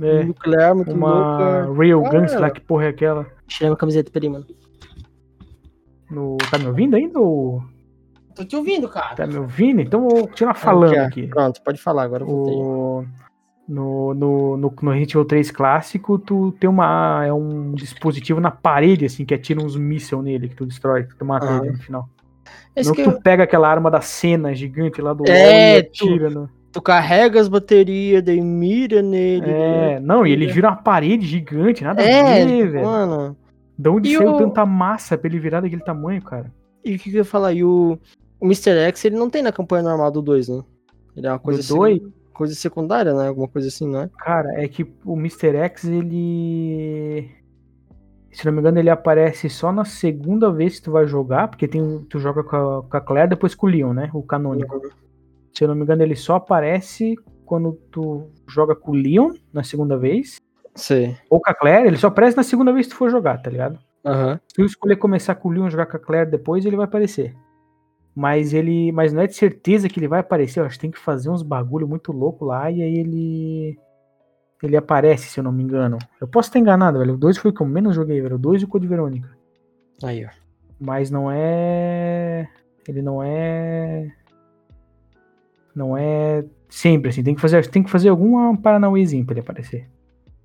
Speaker 1: é.
Speaker 2: nuclear muito
Speaker 1: uma
Speaker 2: louca.
Speaker 1: Railgun,
Speaker 2: Ah.
Speaker 1: sei lá que porra é aquela.
Speaker 2: Tirei uma camiseta pra ele, mano.
Speaker 1: No... Tá me ouvindo ainda? Ou...
Speaker 2: Tô te ouvindo, cara.
Speaker 1: Tá me ouvindo? Então eu vou continuar falando
Speaker 2: Aqui, ó.
Speaker 1: aqui.
Speaker 2: Pronto, É, pode falar agora. eu voltei.
Speaker 1: O... No, no, no, no Resident Evil 3 clássico, tu tem uma. É um dispositivo na parede, assim, que atira uns mísseis nele, que tu destrói, que tu mata
Speaker 2: Ah.
Speaker 1: ele no final.
Speaker 2: Esse
Speaker 1: Não
Speaker 2: É que
Speaker 1: que tu pega aquela arma da cena gigante lá do
Speaker 2: É,
Speaker 1: LOL e atira, né?
Speaker 2: tu carrega as baterias, daí mira nele.
Speaker 1: É, não, e ele vira uma parede gigante, nada a
Speaker 2: É,
Speaker 1: ver, velho.
Speaker 2: mano.
Speaker 1: De onde
Speaker 2: E
Speaker 1: saiu
Speaker 2: o-
Speaker 1: tanta massa pra ele virar daquele tamanho, cara?
Speaker 2: E o que, que eu ia falar? E o, o Mr. X, ele não tem na campanha normal do 2, né? Ele é uma coisa,
Speaker 1: Do dois?
Speaker 2: coisa secundária, né? Alguma coisa assim, não é?
Speaker 1: Cara, é que o Mr. X, ele. Se não me engano, ele aparece só na segunda vez que tu vai jogar, porque tem, o- tu joga com a, com a Claire, depois com o Leon, né? O canônico. Se eu não me engano, ele só aparece quando tu joga com o Leon na segunda vez.
Speaker 2: Sei.
Speaker 1: Ou com a Claire, ele só aparece na segunda vez que tu for jogar, tá ligado?
Speaker 2: Aham.
Speaker 1: um Se tu escolher começar com o Leon e jogar com a Claire depois, ele vai aparecer. Mas ele. Mas não é de certeza que ele vai aparecer. Eu acho que tem que fazer uns bagulho muito louco lá. E aí ele. Ele aparece, se eu não me engano. Eu posso estar enganado, velho. O 2 foi o que eu menos joguei, velho. O 2 e o Code Verônica.
Speaker 2: Aí, ó.
Speaker 1: Mas não é. Ele não é. Não é sempre assim. Tem que fazer, tem que fazer alguma paranauêzinho pra ele aparecer.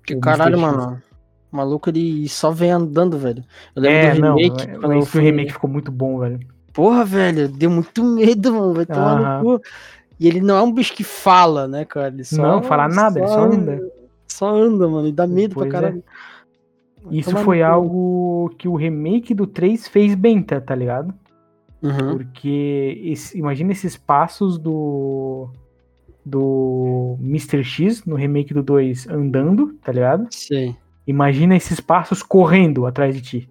Speaker 2: Que
Speaker 1: O
Speaker 2: caralho,
Speaker 1: Mr. X.
Speaker 2: mano. O maluco ele só vem andando, velho. Eu lembro
Speaker 1: É,
Speaker 2: do
Speaker 1: não.
Speaker 2: remake.
Speaker 1: é,
Speaker 2: quando eu
Speaker 1: esse
Speaker 2: fui-
Speaker 1: remake ficou muito bom, velho.
Speaker 2: Porra, velho, deu muito medo, mano. Vai tomar no cu. E ele não é um bicho que fala, né, cara? Ele só, é.
Speaker 1: não, falar nada, ele só anda.
Speaker 2: Só anda, mano. E dá medo
Speaker 1: Pois
Speaker 2: pra caralho. Vai
Speaker 1: Isso
Speaker 2: tomar no
Speaker 1: foi
Speaker 2: cu.
Speaker 1: algo que o remake do 3 fez bem, tá, tá ligado?
Speaker 2: Uhum.
Speaker 1: Porque esse- imagina esses passos do do Mr. X no remake do 2 andando, tá ligado?
Speaker 2: Sei. É
Speaker 1: Imagina esses passos correndo atrás de ti.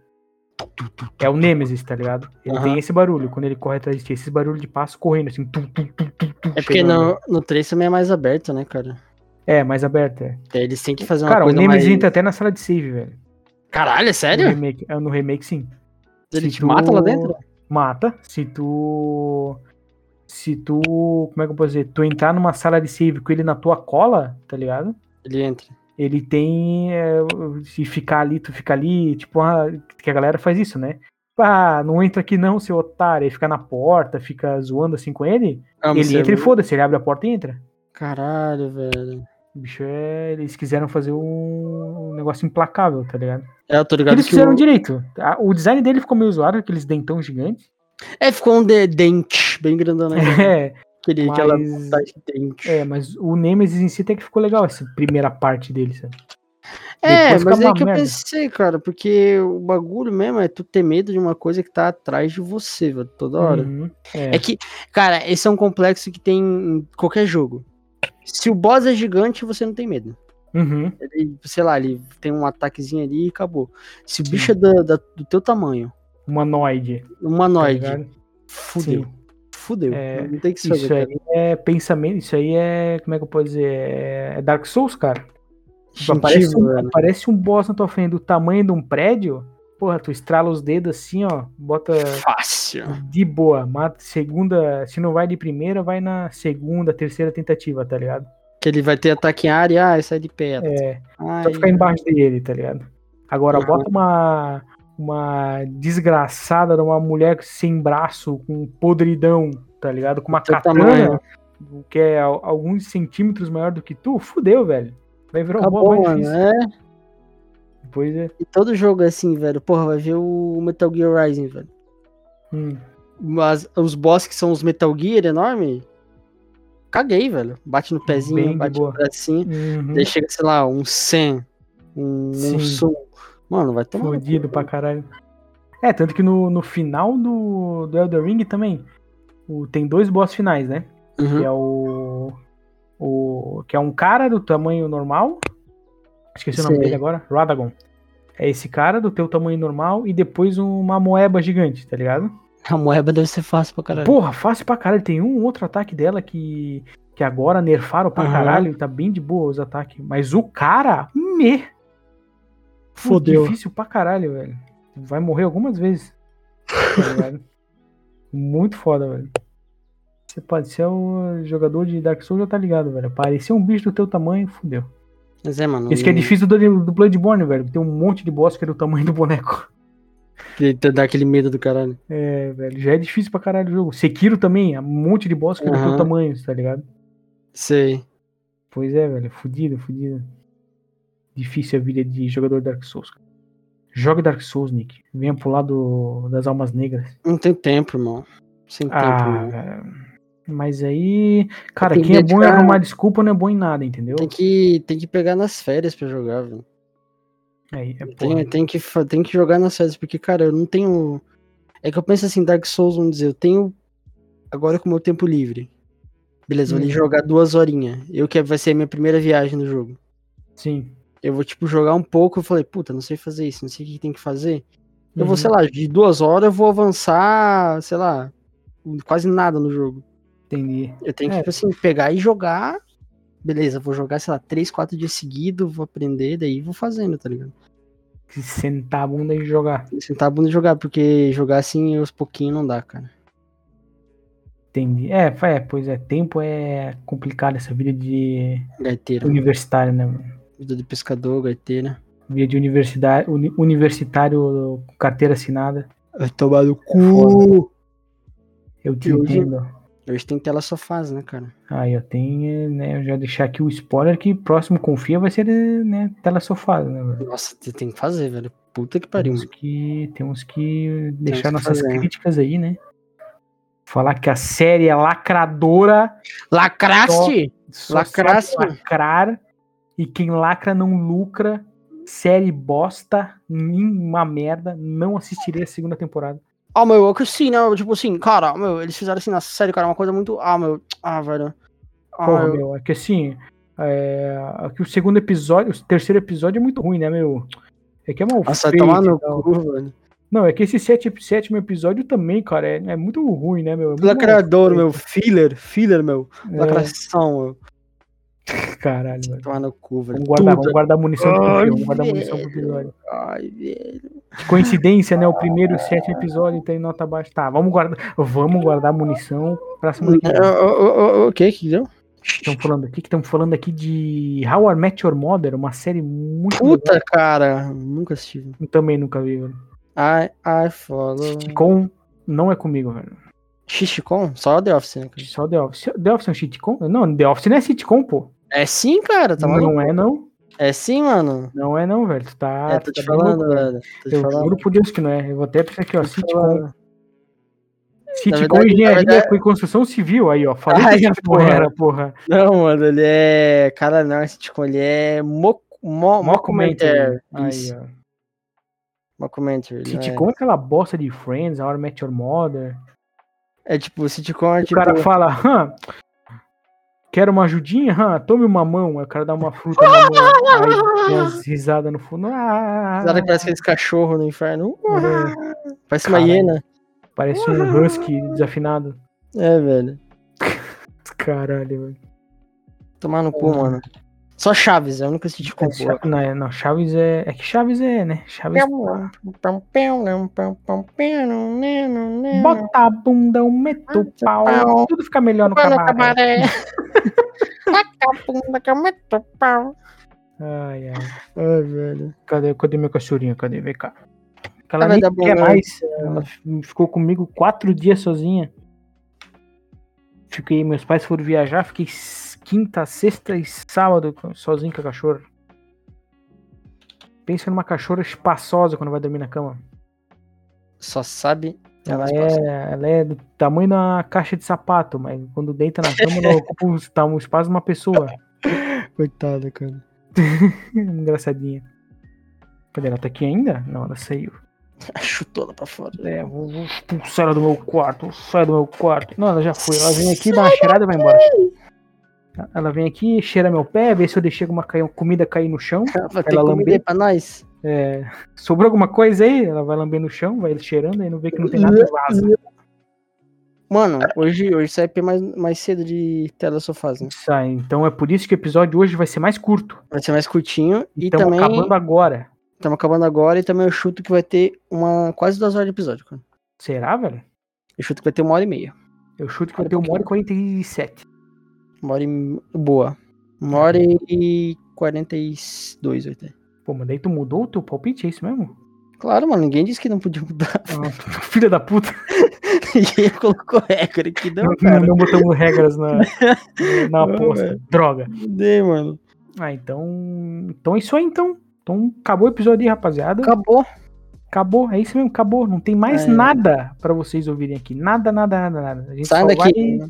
Speaker 1: É o Nemesis, tá ligado? Ele
Speaker 2: Aham.
Speaker 1: tem esse barulho quando ele corre atrás de ti, esse barulho de passo correndo assim. tum, tum, tum, tum, tum,
Speaker 2: É porque
Speaker 1: chegando.
Speaker 2: no, no 3 também é mais aberto, né, cara?
Speaker 1: É, mais aberto, é.
Speaker 2: Daí eles têm que fazer uma
Speaker 1: Cara, o
Speaker 2: coisa
Speaker 1: Nemesis
Speaker 2: mais...
Speaker 1: entra até na sala de save, velho.
Speaker 2: Caralho, é
Speaker 1: No
Speaker 2: sério?
Speaker 1: remake, é, no remake sim.
Speaker 2: Ele
Speaker 1: se
Speaker 2: te mata lá
Speaker 1: tu-
Speaker 2: dentro?
Speaker 1: Mata. Se tu. Se tu. Como é que eu posso dizer? Tu entrar numa sala de save com ele na tua cola, tá ligado?
Speaker 2: Ele entra.
Speaker 1: Ele tem. é, se ficar ali, tu fica ali, tipo, ah, que a galera faz isso, né? Ah, não entra aqui não, seu otário. Aí fica na porta, fica zoando assim com ele.
Speaker 2: Ah, mas
Speaker 1: ele
Speaker 2: você-
Speaker 1: entra e foda-se, ele abre a porta e entra.
Speaker 2: Caralho, velho.
Speaker 1: O bicho é. Eles quiseram fazer um, um negócio implacável, tá ligado?
Speaker 2: É, eu tô ligado
Speaker 1: Eles
Speaker 2: que o...
Speaker 1: fizeram direito. Ah, O design dele ficou meio zoado, aqueles dentão gigantes.
Speaker 2: É, ficou um de- dente bem grandão, né? cara?
Speaker 1: <laughs> É,
Speaker 2: Aquele,
Speaker 1: mas-
Speaker 2: Aquela vontade de dente.
Speaker 1: É, mas o Nemesis em si até que ficou legal essa primeira parte dele, sabe?
Speaker 2: É,
Speaker 1: Depois fica
Speaker 2: mas é
Speaker 1: uma
Speaker 2: que eu
Speaker 1: merda.
Speaker 2: pensei, cara, porque o bagulho mesmo é tu ter medo de uma coisa que tá atrás de você, velho, toda hora.
Speaker 1: Uhum,
Speaker 2: É.
Speaker 1: é.
Speaker 2: que, cara, esse é um complexo que tem em qualquer jogo. Se o boss é gigante, você não tem medo.
Speaker 1: Uhum,
Speaker 2: Ele, sei lá, ele tem um ataquezinho ali e acabou. Se o bicho é da- da- do teu tamanho,
Speaker 1: humanoide. tá
Speaker 2: humanoide,
Speaker 1: ligado?
Speaker 2: fudeu.
Speaker 1: Sim.
Speaker 2: Fudeu.
Speaker 1: É,
Speaker 2: não tem que saber,
Speaker 1: Isso
Speaker 2: cara.
Speaker 1: aí é pensamento, isso aí é. Como é que eu posso dizer? É Dark Souls, cara. Tipo,
Speaker 2: Instintivo,
Speaker 1: aparece, um,
Speaker 2: velho.
Speaker 1: aparece um boss na tua frente do tamanho de um prédio. Porra, tu estrala os dedos assim, ó. Bota
Speaker 2: Fácil.
Speaker 1: de boa. Mata segunda. Se não vai de primeira, vai na segunda, terceira tentativa, tá ligado?
Speaker 2: Que ele vai ter ataque em área, ah, sai de perto.
Speaker 1: É. Só
Speaker 2: Ai,
Speaker 1: ficar embaixo dele, tá ligado? Agora,
Speaker 2: Aham.
Speaker 1: bota uma, uma desgraçada de uma mulher sem braço, com um podridão, tá ligado? Com uma
Speaker 2: teu
Speaker 1: katana,
Speaker 2: tamanho.
Speaker 1: que é al- alguns centímetros maior do que tu, fudeu, velho. Vai virar um boss
Speaker 2: Acabou,
Speaker 1: mais
Speaker 2: mano.
Speaker 1: difícil.
Speaker 2: É,
Speaker 1: Depois é.
Speaker 2: E todo jogo é assim, velho. Porra, vai ver o Metal Gear Rising, velho.
Speaker 1: hum,
Speaker 2: Mas os boss que são os Metal Gear enorme, caguei, velho. Bate no pezinho,
Speaker 1: Bem de
Speaker 2: bate
Speaker 1: boa.
Speaker 2: no bracinho.
Speaker 1: uhum,
Speaker 2: Daí chega, sei lá, um 100, um,
Speaker 1: Sim.
Speaker 2: um som. Mano, vai tomar. no cu.
Speaker 1: fudido pra caralho. É, tanto que no, no final do, do Elder Ring também. o- tem dois boss finais, né?
Speaker 2: Uhum.
Speaker 1: que é o, o que é um cara do tamanho normal. Esqueci o nome
Speaker 2: Sei.
Speaker 1: dele agora, Radagon. É esse cara do teu tamanho normal e depois uma moeba gigante, tá ligado?
Speaker 2: A moeba deve ser fácil pra caralho.
Speaker 1: Porra, fácil pra caralho. Tem um outro ataque dela que que agora nerfaram pra
Speaker 2: Aham.
Speaker 1: caralho, tá bem de boa os ataques, mas o cara, me
Speaker 2: Fodeu.
Speaker 1: difícil pra caralho, velho. Vai morrer algumas vezes. tá ligado? Muito foda, velho. Você pode ser o jogador de Dark Souls, já tá ligado, velho. Aparecer um bicho do teu tamanho, fudeu.
Speaker 2: Mas é, mano.
Speaker 1: Isso que é
Speaker 2: não-
Speaker 1: difícil do, do Bloodborne, velho. Tem um monte de boss que é do tamanho do boneco.
Speaker 2: de- de Dar aquele medo do caralho.
Speaker 1: É, velho. Já é difícil pra caralho o jogo. Sekiro também, é um monte de boss que é do teu
Speaker 2: Aham.
Speaker 1: tamanho, tá ligado?
Speaker 2: Sei.
Speaker 1: Pois é, velho. Fudido, fudido. Difícil a vida de jogador de Dark Souls. cara. Jogue Dark Souls, Nick. Venha pro lado das almas negras.
Speaker 2: Não tem tempo, irmão. Sem tempo,
Speaker 1: Ah, é,
Speaker 2: irmão.
Speaker 1: mas aí, cara,
Speaker 2: Tem que
Speaker 1: quem é bom em
Speaker 2: dedicar-
Speaker 1: arrumar desculpa não é bom em nada, entendeu?
Speaker 2: Tem que, tem que pegar nas férias pra jogar, velho.
Speaker 1: Aí, é, porra.
Speaker 2: Tem, tem, que, fa- tem que jogar nas séries, porque, cara, eu não tenho. É que eu penso assim, Dark Souls, vamos dizer, eu tenho. Agora com o meu tempo livre. Beleza, vou ali
Speaker 1: Hum.
Speaker 2: jogar duas horinhas. Eu que vai ser a minha primeira viagem no jogo.
Speaker 1: Sim.
Speaker 2: Eu vou, tipo, jogar um pouco. Eu falei, puta, não sei fazer isso, não sei o que tem que fazer. Eu vou,
Speaker 1: Uhum.
Speaker 2: sei lá, de duas horas eu vou avançar, sei lá, quase nada no jogo.
Speaker 1: Entendi.
Speaker 2: Eu tenho que,
Speaker 1: É.
Speaker 2: tipo assim, pegar e jogar. Beleza, vou jogar, sei lá, três, quatro dias seguidos, vou aprender, daí vou fazendo, tá ligado?
Speaker 1: Se sentar a bunda e jogar.
Speaker 2: Sentar a bunda e jogar, porque jogar assim aos pouquinhos não dá, cara.
Speaker 1: Entendi. É, fa- é, pois é, tempo é complicado essa vida de
Speaker 2: Gaiteiro.
Speaker 1: universitário, né? mano?
Speaker 2: Vida de pescador, gaiteira.
Speaker 1: Vida de universidade, uni- universitário com carteira assinada.
Speaker 2: Vai tomar no
Speaker 1: cu! Eu te
Speaker 2: E hoje-
Speaker 1: entendo.
Speaker 2: Hoje tem tela sofás, né, cara?
Speaker 1: Aí eu tenho, né, eu já deixar aqui o spoiler que próximo confia vai ser, né, tela sofada, né, velho?
Speaker 2: Nossa, você tem que fazer, velho. Puta que pariu.
Speaker 1: Temos que, temos que deixar
Speaker 2: que
Speaker 1: nossas
Speaker 2: fazer.
Speaker 1: críticas aí, né? Falar que a série é lacradora,
Speaker 2: Lacraste!
Speaker 1: só
Speaker 2: Lacrasse.
Speaker 1: sabe lacrar, e quem lacra não lucra, série bosta, nenhuma merda, não assistirei a segunda temporada.
Speaker 2: Ah, meu, é que sim, né? Tipo assim, cara, meu, eles fizeram assim na série, cara, uma coisa muito. Ah, meu. Ah, velho. Ah,
Speaker 1: Porra,
Speaker 2: eu-
Speaker 1: meu, é que assim, é, é que o segundo episódio, o terceiro episódio é muito ruim, né, meu? É que é mal
Speaker 2: Nossa, vai
Speaker 1: feito
Speaker 2: tomar
Speaker 1: e
Speaker 2: no
Speaker 1: tal.
Speaker 2: cu, velho.
Speaker 1: Não, é que esse sete, sétimo episódio também, cara, é, é muito ruim, né, meu? É muito
Speaker 2: Lacrador,
Speaker 1: mal
Speaker 2: meu. Filler, filler, meu.
Speaker 1: feito.
Speaker 2: Lacração, meu.
Speaker 1: É, caralho, velho.
Speaker 2: Tomar no cu, velho.
Speaker 1: Vamos guardar,
Speaker 2: Tudo.
Speaker 1: vamos guardar munição pro
Speaker 2: Ai,
Speaker 1: episódio, vamos guardar munição pro
Speaker 2: velho.
Speaker 1: episódio.
Speaker 2: Ai, velho.
Speaker 1: De coincidência, né, o primeiro e o sétimo episódio tem nota baixa. Tá, vamos guardar, vamos guardar munição pra semana que
Speaker 2: Ah,
Speaker 1: vem.
Speaker 2: ah, ah, O que que deu?
Speaker 1: Estamos falando aqui que estamos falando aqui de How I Met Your Mother, uma série muito
Speaker 2: Puta, cara. Nunca assisti.
Speaker 1: legal. também nunca vi, velho.
Speaker 2: Ai, ai, follow.
Speaker 1: Sitcom não é comigo, velho.
Speaker 2: Xixicom? Só The Office, né, cara?
Speaker 1: Só The Office. The Office é um sitcom? Não, The Office não é sitcom, pô.
Speaker 2: É sim, cara. Tá maluco?
Speaker 1: não é não.
Speaker 2: É sim, mano.
Speaker 1: Não é não, velho. Tu tá.
Speaker 2: é,
Speaker 1: tu
Speaker 2: tô te
Speaker 1: tá bem
Speaker 2: falando,
Speaker 1: louco, velho.
Speaker 2: velho. Tô te
Speaker 1: Eu juro
Speaker 2: falando.
Speaker 1: por Deus que não é. Eu vou até pensar aqui, ó.
Speaker 2: Tô te
Speaker 1: Sitcom,
Speaker 2: falando.
Speaker 1: sitcom
Speaker 2: verdade-
Speaker 1: engenharia
Speaker 2: na verdade-
Speaker 1: foi construção civil. Aí, ó. Falei
Speaker 2: Ai,
Speaker 1: que
Speaker 2: a
Speaker 1: isso não
Speaker 2: porra.
Speaker 1: era, porra.
Speaker 2: Não, mano, ele é. Cara, não, esse sitcom, ele é. Mo... Mo... Mockumentary.
Speaker 1: Mockumentary. Aí,
Speaker 2: Isso,
Speaker 1: ó.
Speaker 2: Mockumentary. né?
Speaker 1: Sitcom é aquela bosta de Friends, How I Met Your Mother.
Speaker 2: É tipo, sitcom é
Speaker 1: O
Speaker 2: tipo.
Speaker 1: cara fala, hã? Quero uma ajudinha? Hã? Tome uma mão. Aí o cara dá uma fruta na mão. Aí tem as risadas no fundo. Ah,
Speaker 2: Nada que parece aqueles cachorro no inferno. Uh,
Speaker 1: É.
Speaker 2: Parece uma
Speaker 1: Caralho.
Speaker 2: hiena.
Speaker 1: Parece um husky desafinado.
Speaker 2: É, velho.
Speaker 1: Caralho, velho.
Speaker 2: Tomar no cu, mano. Só Chaves, é o único sitcom boa.
Speaker 1: Não, é- não, Chaves é. É que Chaves é, né? Chaves. Bota a bunda, eu meto o pau.
Speaker 2: É. Pau.
Speaker 1: Tudo fica melhor no camarada. <laughs>
Speaker 2: Vagabunda que eu meto pau.
Speaker 1: Ai, ai.
Speaker 2: Ai, velho.
Speaker 1: Cadê, cadê minha cachorrinha? Cadê? Vem cá. Ela
Speaker 2: Ela
Speaker 1: nem
Speaker 2: dá boa né?
Speaker 1: quer mais. Ela f- ficou comigo quatro dias sozinha. Fiquei, meus pais foram viajar, fiquei s- quinta, sexta e sábado co- sozinho com a cachorra. Pensa numa cachorra espaçosa quando vai dormir na cama.
Speaker 2: Só sabe.
Speaker 1: Ela é, ela é do tamanho da caixa de sapato, mas quando deita na cama,
Speaker 2: <laughs>
Speaker 1: ela ocupa o tá, um espaço de uma pessoa. é,
Speaker 2: Coitada, cara.
Speaker 1: Hum, Engraçadinha. Cadê ela? Tá aqui ainda? Não, ela saiu.
Speaker 2: <laughs> Chutou ela pra fora.
Speaker 1: É, vou, vou expulsar ela do meu quarto. Sai do meu quarto. Não, ela já foi. Ela vem aqui, dá uma cheirada e vai embora. Ela vem aqui, cheira meu pé, vê se eu deixei alguma cai- comida cair no chão.
Speaker 2: Ela tem
Speaker 1: Ela
Speaker 2: comida aí pra nós.
Speaker 1: Sobrou alguma coisa aí? Ela vai lamber no chão, vai cheirando, aí não vê que não tem nada e vaza.
Speaker 2: Mano,
Speaker 1: É.
Speaker 2: hoje, hoje sai EP mais, mais cedo de tela sofás, né?
Speaker 1: Sai. Então é por isso que o episódio hoje vai ser mais curto.
Speaker 2: Vai ser mais curtinho. E
Speaker 1: Estamos
Speaker 2: também.
Speaker 1: acabando agora.
Speaker 2: Estamos acabando agora e também eu chuto que vai ter uma quase duas horas de episódio, cara.
Speaker 1: Será, velho?
Speaker 2: Eu chuto que vai ter uma hora e meia.
Speaker 1: Eu chuto que eu tenho uma hora e 47.
Speaker 2: Uma hora e m- boa. Uma hora e quarenta e dois, vai ter.
Speaker 1: Pô, mas daí tu mudou o teu palpite, é isso mesmo? <laughs>
Speaker 2: Claro, mano, ninguém disse que não podia mudar. <laughs>
Speaker 1: Ah, Filha da puta,
Speaker 2: ninguém colocou regra aqui, não,
Speaker 1: não,
Speaker 2: cara.
Speaker 1: não botamos regras
Speaker 2: <laughs>
Speaker 1: na, na
Speaker 2: Não,
Speaker 1: aposta.
Speaker 2: velho.
Speaker 1: Droga.
Speaker 2: Fudei, mano.
Speaker 1: Ah, então. Então é isso aí então. Então acabou o episódio aí, rapaziada.
Speaker 2: Acabou.
Speaker 1: Acabou, é isso mesmo, acabou. Não tem mais
Speaker 2: É.
Speaker 1: nada pra vocês ouvirem aqui. Nada, nada, nada, nada. A gente,
Speaker 2: Sai
Speaker 1: só
Speaker 2: daqui.
Speaker 1: Vai,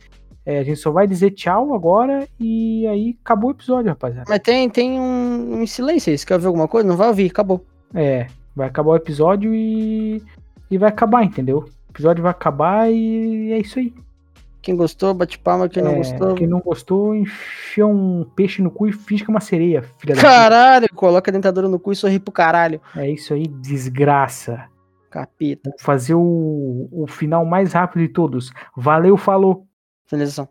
Speaker 1: é, a gente só vai dizer tchau agora e aí acabou o episódio, rapaziada.
Speaker 2: Mas tem, tem um, um silêncio aí. Você quer ouvir alguma coisa? Não vai ouvir, acabou.
Speaker 1: É, vai acabar o episódio e. E vai acabar, entendeu? O episódio vai acabar e é isso aí.
Speaker 2: Quem gostou, bate palma. Quem não
Speaker 1: É,
Speaker 2: gostou,
Speaker 1: Quem não gostou, enfia um peixe no cu e finge que é uma sereia, filha
Speaker 2: <laughs>
Speaker 1: da puta.
Speaker 2: Caralho, coloca a dentadura no cu e sorri pro caralho.
Speaker 1: É isso aí, desgraça.
Speaker 2: Capita.
Speaker 1: Fazer o, o final mais rápido de todos. Valeu, falou.
Speaker 2: Finalização.